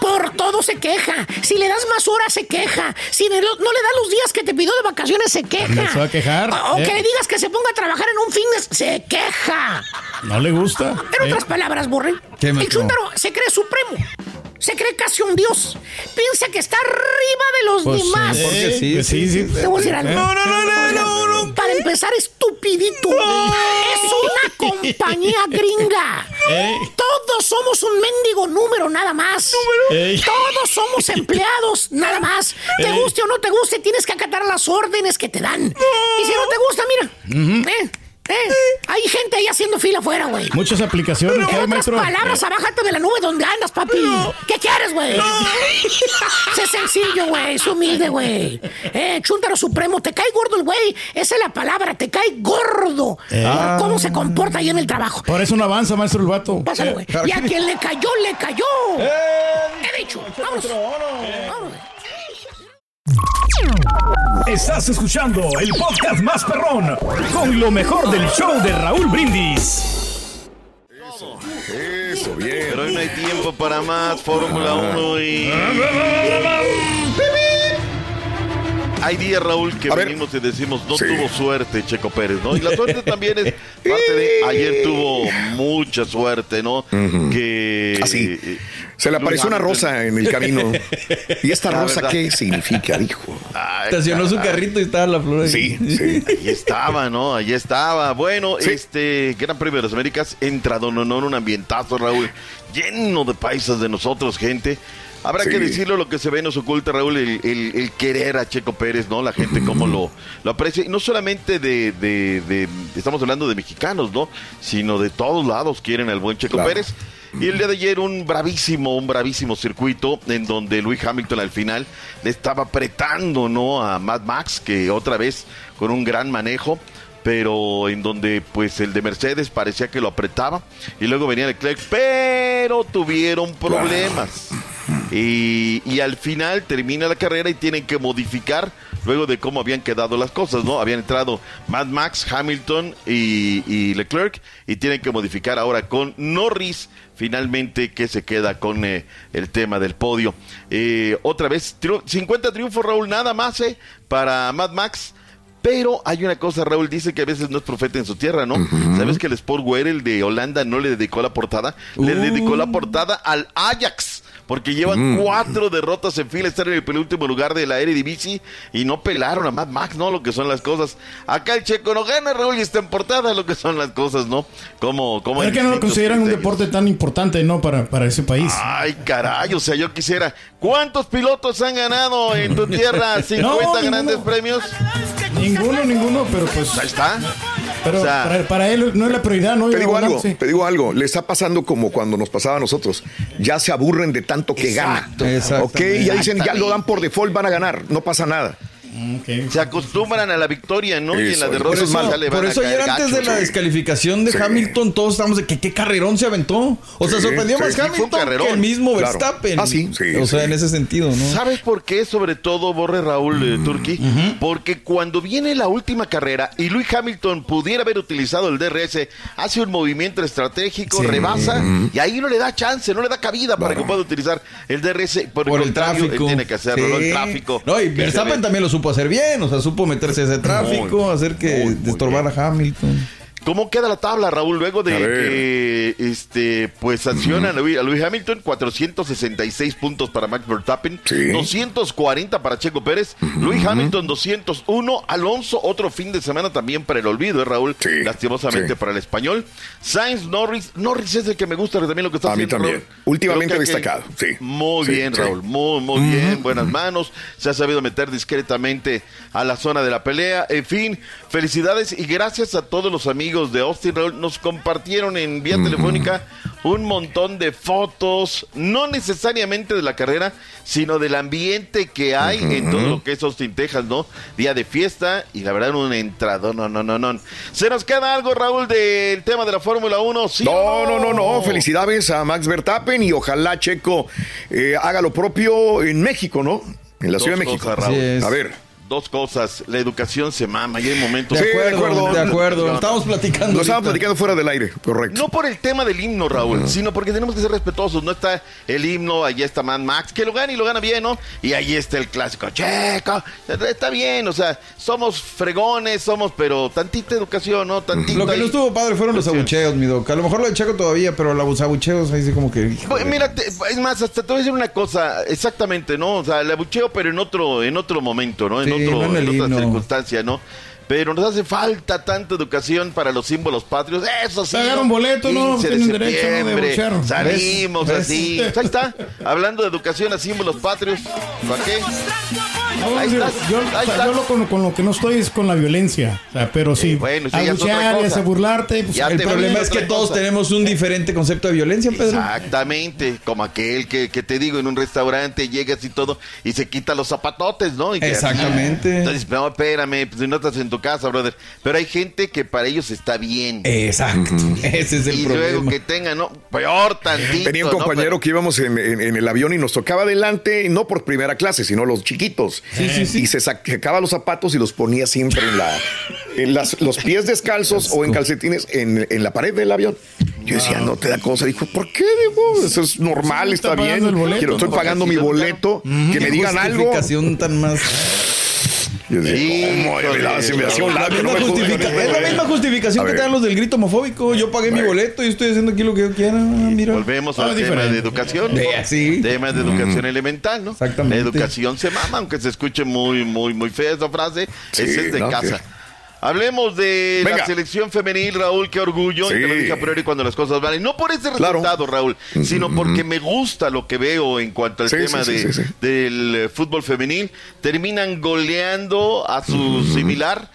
[SPEAKER 20] Por todo se queja. Si le das más horas, se queja. Si le- no le das los días que te pidió de vacaciones, se queja.
[SPEAKER 3] Comenzó a quejar,
[SPEAKER 20] O, o
[SPEAKER 3] ¿eh?
[SPEAKER 20] que le digas que se ponga a trabajar en un fitness, se queja.
[SPEAKER 3] ¿No le gusta?
[SPEAKER 20] En otras palabras, Borre,
[SPEAKER 3] ¿Eh? ¿Qué me-
[SPEAKER 20] el chúntaro se cree supremo. Se cree casi un dios. Piensa que está arriba de los
[SPEAKER 3] Pues,
[SPEAKER 20] demás.
[SPEAKER 3] eh, porque sí,
[SPEAKER 20] Pues
[SPEAKER 3] sí, sí.
[SPEAKER 20] Te voy a decir algo.
[SPEAKER 3] Eh. No, no, no, no,
[SPEAKER 20] no, Para empezar, estupidito. Es una compañía gringa.
[SPEAKER 3] Eh.
[SPEAKER 20] Todos somos un mendigo número nada más.
[SPEAKER 3] Ey.
[SPEAKER 20] Todos somos empleados nada más. Te
[SPEAKER 3] Ey.
[SPEAKER 20] guste o no te guste, tienes que acatar las órdenes que te dan. Y si no te gusta, mira. eh, eh, Hay gente ahí haciendo fila afuera, güey.
[SPEAKER 3] Muchas aplicaciones,
[SPEAKER 20] En
[SPEAKER 3] ¿qué hay,
[SPEAKER 20] otras
[SPEAKER 3] maestro? Eh.
[SPEAKER 20] palabras, abájate de la nube donde andas, papi. ¿Qué quieres, güey? Sé sencillo, güey. Es humilde, güey. Eh, chúntaro supremo. Te cae gordo el güey. Esa es la palabra. Te cae gordo.
[SPEAKER 3] Eh.
[SPEAKER 20] Por cómo se comporta ahí en el trabajo.
[SPEAKER 3] Por eso no avanza, maestro, el vato.
[SPEAKER 20] Pásale, güey. Y a quien le cayó, le cayó. He dicho. Vámonos. Vámonos.
[SPEAKER 12] Estás escuchando el podcast más perrón con lo mejor del show de Raúl Brindis.
[SPEAKER 1] Eso, bien. Ah.
[SPEAKER 21] Pero hoy no hay tiempo para más Fórmula 1 y... Hay días, Raúl, que venimos y decimos, no tuvo suerte Checo Pérez, ¿no? Y la suerte también es parte de... Ayer tuvo mucha suerte, ¿no? Que... eh, Así.
[SPEAKER 1] Ah, Se le apareció una rosa en el camino. ¿Y esta
[SPEAKER 21] La
[SPEAKER 1] rosa
[SPEAKER 21] verdad.
[SPEAKER 1] qué significa, dijo?
[SPEAKER 2] Estacionó su carrito y estaba la flor ahí.
[SPEAKER 1] Sí, sí.
[SPEAKER 21] Ahí estaba, ¿no? Ahí estaba. Bueno, este Gran Premio de las Américas entra Don Honor, un ambientazo, Raúl, lleno de paisas de nosotros, gente. Habrá que
[SPEAKER 1] Sí.
[SPEAKER 21] decirlo lo que se ve nos oculta, Raúl, el, el- el querer a Checo Pérez, ¿no? La gente cómo lo, lo aprecia. Y no solamente de, de- de- estamos hablando de mexicanos, ¿no? Sino de todos lados quieren al buen Checo
[SPEAKER 1] Claro.
[SPEAKER 21] Pérez. Y el día de ayer un bravísimo, un bravísimo circuito en donde Luis Hamilton al final le estaba apretando, ¿no? A Mad Max, que otra vez con un gran manejo, pero en donde pues el de Mercedes parecía que lo apretaba y luego venía Leclerc, pero tuvieron problemas. Y, y al final termina la carrera y tienen que modificar luego de cómo habían quedado las cosas, ¿no? Habían entrado Mad Max, Hamilton y, y Leclerc y tienen que modificar ahora con Norris finalmente que se queda con eh, el tema del podio. Eh, otra vez, triu- 50 triunfos Raúl, nada más eh, para Mad Max. Pero hay una cosa, Raúl dice que a veces no es profeta en su tierra, ¿no? ¿Sabes que el Sportwear, el de Holanda, no le dedicó la portada? Le dedicó la portada al Ajax, porque
[SPEAKER 2] Mm.
[SPEAKER 21] llevan cuatro derrotas en fila, están en el penúltimo lugar de la Eredivisie y no pelaron a Mad Max, ¿no? Lo que son las cosas. Acá el checo no gana, Raúl, y está en portada, lo que son las cosas, ¿no? Como, como
[SPEAKER 3] ¿Por
[SPEAKER 21] en
[SPEAKER 3] qué no lo
[SPEAKER 21] distintos
[SPEAKER 3] consideran un
[SPEAKER 21] criterios.
[SPEAKER 3] deporte tan importante, no, para, para ese país?
[SPEAKER 21] Ay, caray, o sea, yo quisiera. ¿Cuántos pilotos han ganado en tu tierra 50
[SPEAKER 3] No,
[SPEAKER 21] grandes
[SPEAKER 3] ninguno.
[SPEAKER 21] premios?
[SPEAKER 3] Ninguno, ninguno, pero pues...
[SPEAKER 21] Ahí está.
[SPEAKER 3] Pero para, para él no es la prioridad, ¿no?
[SPEAKER 1] Te digo
[SPEAKER 3] Bueno,
[SPEAKER 1] algo,
[SPEAKER 3] sí.
[SPEAKER 1] te digo algo, le está pasando como cuando nos pasaba a nosotros. Ya se aburren de tanto que
[SPEAKER 21] Exacto.
[SPEAKER 1] gana. Ok, ya dicen, ya
[SPEAKER 21] Exactamente.
[SPEAKER 1] lo dan por default, van a ganar, no pasa nada.
[SPEAKER 21] Se acostumbran a la victoria, ¿no? y en
[SPEAKER 1] Eso,
[SPEAKER 21] la
[SPEAKER 1] por
[SPEAKER 21] derrota
[SPEAKER 1] eso es malo.
[SPEAKER 21] ya le van
[SPEAKER 2] Por
[SPEAKER 21] a
[SPEAKER 2] eso ayer
[SPEAKER 21] caer ¿eh?
[SPEAKER 2] antes
[SPEAKER 21] gacho,
[SPEAKER 2] de la
[SPEAKER 21] sí.
[SPEAKER 2] descalificación de
[SPEAKER 21] Sí.
[SPEAKER 2] Hamilton, todos estábamos de que qué carrerón se aventó. O sea,
[SPEAKER 21] Sí,
[SPEAKER 2] sorprendió
[SPEAKER 21] sí.
[SPEAKER 2] más
[SPEAKER 21] Sí, fue un
[SPEAKER 2] Hamilton
[SPEAKER 21] carrerón,
[SPEAKER 2] que el mismo
[SPEAKER 21] claro.
[SPEAKER 2] Verstappen.
[SPEAKER 21] Ah, sí, sí,
[SPEAKER 2] O sea,
[SPEAKER 21] sí.
[SPEAKER 2] en ese sentido, ¿no? Mm,
[SPEAKER 21] ¿Sabes por qué? Sobre todo, Borre Raúl eh, Turki. Porque cuando viene la última carrera y Luis Hamilton pudiera haber utilizado el DRS, hace un movimiento estratégico,
[SPEAKER 2] Sí. Mm.
[SPEAKER 21] rebasa
[SPEAKER 2] Ujú.
[SPEAKER 21] y ahí no le da chance, no le da cabida para que pueda utilizar el DRS. Por,
[SPEAKER 2] Por el
[SPEAKER 21] contrario, él
[SPEAKER 2] tráfico.
[SPEAKER 21] tiene que hacerlo, ¿no?
[SPEAKER 2] Sí.
[SPEAKER 21] El tráfico.
[SPEAKER 2] No, y
[SPEAKER 21] que se ve.
[SPEAKER 2] Verstappen también lo supo hacer bien. O sea, supo meterse a ese tráfico, hacer que estorbara a Hamilton.
[SPEAKER 21] ¿Cómo queda la tabla, Raúl? Luego de
[SPEAKER 22] A ver.
[SPEAKER 21] que este, pues sancionan a Louis- a Lewis Hamilton, 466 puntos para Max Verstappen, 240 para Checo Pérez, Lewis Hamilton 201, Alonso otro fin de semana también para el olvido, ¿eh, Raúl? Lastimosamente
[SPEAKER 22] sí.
[SPEAKER 21] para el español. Sainz, Norris, Norris es el que me gusta también lo que está
[SPEAKER 1] A mí
[SPEAKER 21] haciendo.
[SPEAKER 1] también.
[SPEAKER 21] Raúl.
[SPEAKER 1] Últimamente
[SPEAKER 21] Creo que-
[SPEAKER 1] destacado, sí.
[SPEAKER 21] Muy
[SPEAKER 1] Sí,
[SPEAKER 21] bien,
[SPEAKER 1] sí.
[SPEAKER 21] Raúl, muy, muy bien, buenas manos, se ha sabido meter discretamente a la zona de la pelea, en fin, felicidades y gracias a todos los amigos de Austin, Raúl, nos compartieron en vía telefónica un montón de fotos, no necesariamente de la carrera, sino del ambiente que hay en todo lo que es Austin, Texas, ¿no? Día de fiesta y la verdad un entrado, no, no, no, no. ¿Se nos queda algo, Raúl, del tema de la Fórmula 1? ¿Sí o
[SPEAKER 1] No, no, no, no. Felicidades a Max Verstappen y ojalá Checo eh, haga lo propio en México, ¿no? En la
[SPEAKER 21] Dos
[SPEAKER 1] Ciudad de México.
[SPEAKER 21] cosas, Raúl.
[SPEAKER 1] A ver.
[SPEAKER 21] Dos cosas. La educación se mama y hay momentos.
[SPEAKER 1] Sí, de acuerdo.
[SPEAKER 21] No, no.
[SPEAKER 1] Lo estábamos platicando fuera del aire, correcto.
[SPEAKER 21] No por el tema del himno, Raúl, sino porque tenemos que ser respetuosos. No está el himno, allí está Man Max, que lo gana y lo gana bien, ¿no? Y ahí está el clásico, checo. Está bien, o sea, somos fregones, somos, pero tantita educación, ¿no? Tantita.
[SPEAKER 2] Lo que no
[SPEAKER 21] ahí.
[SPEAKER 2] estuvo padre fueron los abucheos, mi doc. A lo mejor lo de Chaco todavía, pero los abucheos ahí sí como que...
[SPEAKER 21] Pues, mira, te- es más, hasta te voy a decir una cosa, exactamente, ¿no? O sea, el abucheo, pero en otro, en otro momento, ¿no? En,
[SPEAKER 2] Sí,
[SPEAKER 21] otro,
[SPEAKER 2] no en el
[SPEAKER 21] en otra
[SPEAKER 2] himno.
[SPEAKER 21] circunstancia, ¿no? Pero nos hace falta tanta educación para los símbolos patrios. Eso sí.
[SPEAKER 3] Pagaron
[SPEAKER 21] ¿no?
[SPEAKER 3] boleto, ¿no?
[SPEAKER 21] 15 de
[SPEAKER 3] Tienen derecho, ¿no? de
[SPEAKER 21] septiembre,
[SPEAKER 3] abuchear.
[SPEAKER 21] Salimos
[SPEAKER 3] ¿Ves?
[SPEAKER 21] así. Pues
[SPEAKER 3] ¿Ves?
[SPEAKER 21] Ahí está. Hablando de educación a símbolos patrios. ¿Para qué?
[SPEAKER 3] No,
[SPEAKER 21] Ahí
[SPEAKER 3] yo-
[SPEAKER 21] estás.
[SPEAKER 3] Yo,
[SPEAKER 21] Ahí
[SPEAKER 3] o sea,
[SPEAKER 21] estás.
[SPEAKER 3] yo lo con, con lo que no estoy es con la violencia. O sea, pero sí.
[SPEAKER 21] bueno, sí, ya es otra
[SPEAKER 3] abuchear y
[SPEAKER 21] cosa.
[SPEAKER 3] hacer burlarte. pues,
[SPEAKER 2] el problema es que todos tenemos un diferente concepto de violencia, Pedro.
[SPEAKER 21] Exactamente, como aquel que, que te digo en un restaurante, llegas y todo, y se quita los zapatotes, ¿no? Y que-
[SPEAKER 2] Exactamente.
[SPEAKER 21] Entonces, no, espérame, pues si no estás en tu casa, brother. Pero hay gente que para ellos está bien.
[SPEAKER 2] Exacto. Ese es el
[SPEAKER 21] y
[SPEAKER 2] problema.
[SPEAKER 21] luego que tengan, ¿no? Peor tantito.
[SPEAKER 1] Tenía un
[SPEAKER 21] ¿no?
[SPEAKER 1] compañero que íbamos en, en- en el avión y nos tocaba adelante, no por primera clase, sino los chiquitos. Y se sacaba los zapatos y los ponía siempre en la, en las- los pies descalzos o en calcetines en, en la pared del avión. Yo decía, no te da cosa. Dijo, ¿por qué? Digo, eso es normal,
[SPEAKER 2] Sí,
[SPEAKER 1] está,
[SPEAKER 2] está
[SPEAKER 1] bien.
[SPEAKER 2] pagando el boleto,
[SPEAKER 1] Quiero- estoy
[SPEAKER 2] ¿no?
[SPEAKER 1] pagando mi
[SPEAKER 2] Porque si no,
[SPEAKER 1] boleto. Que me
[SPEAKER 2] Qué
[SPEAKER 1] digan algo.
[SPEAKER 2] justificación tan más...
[SPEAKER 1] Yo decía,
[SPEAKER 2] Híjole,
[SPEAKER 1] ¿cómo? Yo me la- se me hacía un
[SPEAKER 2] la
[SPEAKER 1] labio, no
[SPEAKER 2] misma
[SPEAKER 1] me puedo
[SPEAKER 2] justifica-
[SPEAKER 1] creer.
[SPEAKER 2] es la misma justificación
[SPEAKER 1] A
[SPEAKER 2] que
[SPEAKER 1] ver.
[SPEAKER 2] te dan los del grito homofóbico. Yo pagué mi boleto y estoy haciendo aquí lo que yo quiera. Mira.
[SPEAKER 21] Volvemos al
[SPEAKER 2] Ah,
[SPEAKER 21] tema
[SPEAKER 2] diferente.
[SPEAKER 21] de educación. ¿no?
[SPEAKER 1] ah,
[SPEAKER 21] Tema de
[SPEAKER 1] Mm.
[SPEAKER 21] educación elemental, ¿no? Exactamente. La educación se mama, aunque se escuche muy, muy, muy fea esa frase.
[SPEAKER 1] Sí,
[SPEAKER 21] esa es de
[SPEAKER 1] no,
[SPEAKER 21] casa.
[SPEAKER 1] sí.
[SPEAKER 21] Hablemos de la
[SPEAKER 1] Venga.
[SPEAKER 21] selección femenil, Raúl, qué orgullo. Y te lo
[SPEAKER 1] Sí.
[SPEAKER 21] dije a priori cuando las cosas van. Y no por ese
[SPEAKER 1] Claro. Mm,
[SPEAKER 21] resultado, Raúl, sino porque me gusta lo que veo en cuanto al
[SPEAKER 1] Sí,
[SPEAKER 21] tema
[SPEAKER 1] sí, sí,
[SPEAKER 21] de,
[SPEAKER 1] sí, sí.
[SPEAKER 21] del eh, fútbol femenil. Terminan goleando a su similar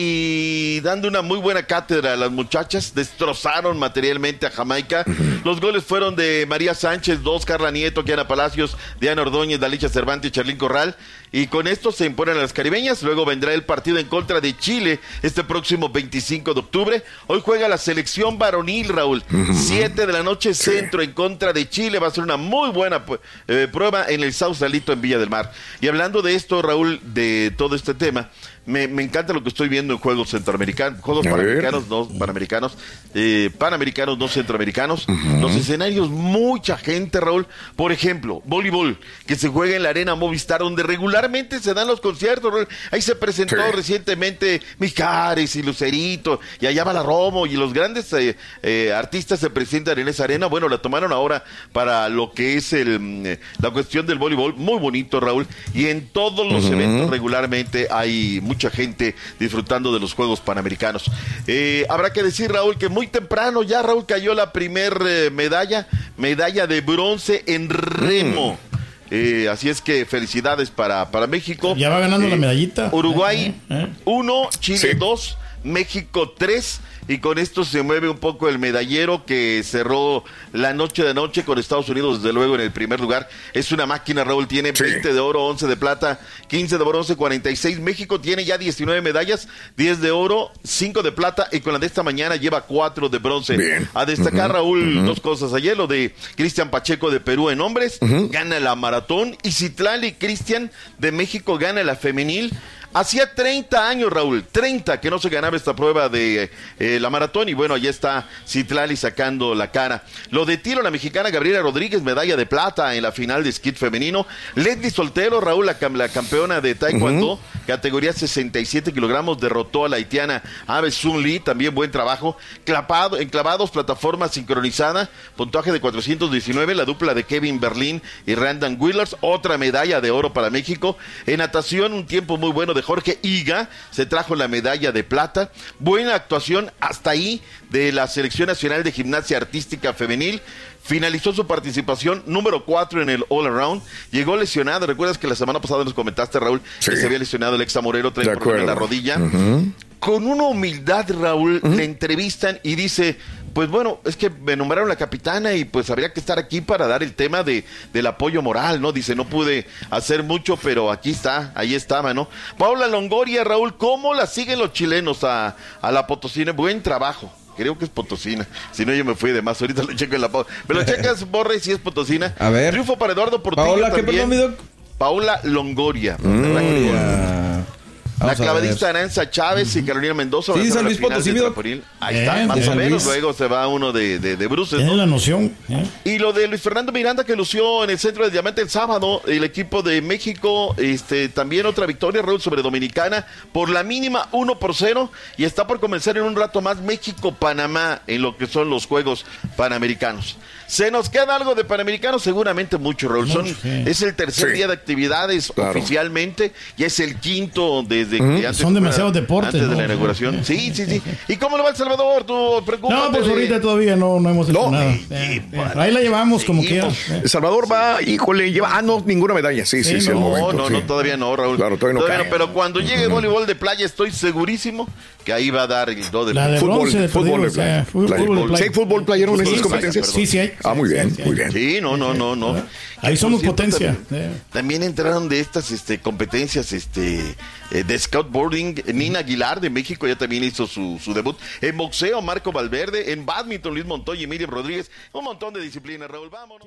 [SPEAKER 21] y dando una muy buena cátedra a las muchachas. Destrozaron materialmente a Jamaica. Los goles fueron de María Sánchez, dos, Carla Nieto, Kiana Palacios, Diana Ordóñez, Dalicha Cervantes y Charlín Corral. Y con esto se imponen a las caribeñas. Luego vendrá el partido en contra de Chile este próximo 25 de octubre. Hoy juega la selección varonil, Raúl. Siete de la noche, centro en contra de Chile. Va a ser una muy buena pu- eh, prueba en el Sausalito en Villa del Mar. Y hablando de esto, Raúl, de todo este tema, me, me encanta lo que estoy viendo en juegos centroamericanos, juegos
[SPEAKER 1] A ver.
[SPEAKER 21] panamericanos, no panamericanos, eh, panamericanos, no centroamericanos. Los escenarios, mucha gente, Raúl. Por ejemplo, voleibol, que se juega en la Arena Movistar, donde regularmente se dan los conciertos, Raúl. Ahí se presentó recientemente Mijares y Lucerito, y allá va la Romo, y los grandes eh, eh, artistas se presentan en esa arena. Bueno, la tomaron ahora para lo que es el, mm, eh, la cuestión del voleibol. Muy bonito, Raúl. Y en todos los
[SPEAKER 22] Ujú.
[SPEAKER 21] eventos regularmente hay mucha gente disfrutando de los Juegos Panamericanos. Eh, habrá que decir, Raúl, que muy temprano ya Raúl cayó la primer eh, medalla, medalla de bronce en remo.
[SPEAKER 3] Mm.
[SPEAKER 21] Eh, así es que felicidades para, para México.
[SPEAKER 3] Ya va ganando
[SPEAKER 21] Eh,
[SPEAKER 3] la medallita.
[SPEAKER 21] Uruguay
[SPEAKER 3] Eh, eh, eh.
[SPEAKER 21] 1, Chile 2, México 3. Y con esto se mueve un poco el medallero que cerró la noche de noche con Estados Unidos, desde luego en el primer lugar. Es una máquina, Raúl. Tiene 20 de oro, 11 de plata, 15 de bronce, 46. México tiene ya 19 medallas, 10 de oro, 5 de plata. Y con la de esta mañana lleva 4 de bronce. A destacar,
[SPEAKER 22] Ujú,
[SPEAKER 21] Raúl,
[SPEAKER 22] ujú.
[SPEAKER 21] dos cosas. Ayer lo de Cristian Pacheco de Perú en hombres, gana la maratón. Y Citlali Cristian de México gana la femenil. Hacía 30 años, Raúl, 30 que no se ganaba esta prueba de eh, la maratón y bueno, allá está Citlali sacando la cara. Lo de tiro, la mexicana Gabriela Rodríguez, medalla de plata en la final de esquí femenino. Leslie Soltero, Raúl, la, cam- la campeona de Taekwondo, categoría 67 kilogramos, derrotó a la haitiana Abe Sun Lee, también buen trabajo. Clapado, enclavados, plataforma sincronizada, puntaje de 419, la dupla de Kevin Berlín y Randan Willers, otra medalla de oro para México. En natación, un tiempo muy bueno de Jorge Higa, se trajo la medalla de plata. Buena actuación hasta ahí de la Selección Nacional de Gimnasia Artística Femenil. Finalizó su participación número 4 en el All Around. Llegó lesionada. ¿Recuerdas que la semana pasada nos comentaste, Raúl,
[SPEAKER 1] Sí.
[SPEAKER 21] que se había lesionado el ex Morero, trae
[SPEAKER 1] De
[SPEAKER 21] un problema en la
[SPEAKER 1] acuerdo.
[SPEAKER 21] rodilla?
[SPEAKER 1] Ujú.
[SPEAKER 21] Con una humildad, Raúl, le entrevistan y dice, pues bueno, es que me nombraron la capitana y pues habría que estar aquí para dar el tema de, del apoyo moral, ¿no? Dice, no pude hacer mucho, pero aquí está, ahí estaba, ¿no? Paula Longoria, Raúl, ¿cómo la siguen los chilenos a, a la Potosina? Buen trabajo. Creo que es Potosina. Si no, yo me fui de más. Ahorita lo checo en la pausa. Me lo checas, Borre, si es Potosina.
[SPEAKER 2] A ver.
[SPEAKER 21] Triunfo para Eduardo Portillo
[SPEAKER 2] Paola, ¿qué,
[SPEAKER 21] también.
[SPEAKER 2] perdón, mi
[SPEAKER 21] Paula Longoria.
[SPEAKER 2] Mm.
[SPEAKER 21] ¿verdad? La
[SPEAKER 2] Vamos a
[SPEAKER 21] clavadista
[SPEAKER 2] ver.
[SPEAKER 21] Aranza Chávez y Carolina Mendoza.
[SPEAKER 2] Sí,
[SPEAKER 21] van a estar en la
[SPEAKER 2] San Luis
[SPEAKER 21] final
[SPEAKER 2] Potosí,
[SPEAKER 21] de
[SPEAKER 2] mira.
[SPEAKER 21] Traporil. Ahí
[SPEAKER 3] Bien,
[SPEAKER 21] está, más
[SPEAKER 3] de
[SPEAKER 21] o
[SPEAKER 3] Eh, San
[SPEAKER 21] menos.
[SPEAKER 3] Luis.
[SPEAKER 21] Luego se va uno de, de, de bruces,
[SPEAKER 3] Tiene
[SPEAKER 21] ¿no?
[SPEAKER 3] la noción. ¿eh?
[SPEAKER 21] Y lo de Luis Fernando Miranda que lució en el centro de diamante el sábado, el equipo de México, este también otra victoria, Raúl, sobre Dominicana, por la mínima 1 por 0, y está por comenzar en un rato más México-Panamá en lo que son los Juegos Panamericanos. Se nos queda algo de Panamericanos, seguramente mucho, Raúl. Son- Es el tercer día de actividades oficialmente, y es el quinto desde
[SPEAKER 3] Ujú.
[SPEAKER 21] que antes
[SPEAKER 3] Son demasiados
[SPEAKER 21] fuera-
[SPEAKER 3] deportes,
[SPEAKER 21] Antes de
[SPEAKER 3] ¿no?
[SPEAKER 21] la inauguración. Sí, sí, sí. ¿Y cómo lo va El Salvador? Tú preocúpate.
[SPEAKER 3] No, pues
[SPEAKER 21] de-
[SPEAKER 3] ahorita todavía no, no hemos hecho nada. Eh, eh, ahí la llevamos como quiera. ¿eh?
[SPEAKER 1] El Salvador va, híjole, lleva, ah, no, ninguna medalla. Sí, sí, sí,
[SPEAKER 21] no,
[SPEAKER 1] al momento,
[SPEAKER 21] no,
[SPEAKER 1] sí.
[SPEAKER 21] no, todavía no, Raúl.
[SPEAKER 1] Claro, todavía no
[SPEAKER 21] Todavía no,
[SPEAKER 1] cae.
[SPEAKER 21] pero cuando llegue el voleibol de playa, estoy segurísimo que ahí va a dar el do de
[SPEAKER 1] La de Fútbol, bronce de fútbol perdidos, de playa. eh, fútbol Playa. de playa. ¿Sí hay fútbol playero en
[SPEAKER 21] Fútbol
[SPEAKER 1] esas
[SPEAKER 21] de playa,
[SPEAKER 1] competencias?
[SPEAKER 21] perdón.
[SPEAKER 1] Sí, sí hay. Ah, muy Sí, bien, sí hay. muy bien.
[SPEAKER 21] Sí, no, no, no, no.
[SPEAKER 3] Ahí somos
[SPEAKER 21] Por cierto,
[SPEAKER 3] potencia.
[SPEAKER 21] También,
[SPEAKER 3] Eh.
[SPEAKER 21] también entraron de estas este, competencias este, eh, de scoutboarding. Nina Aguilar de México ya también hizo su, su debut. En boxeo, Marco Valverde. En badminton, Luis Montoya y Miriam Rodríguez. Un montón de disciplinas, Raúl. Vámonos.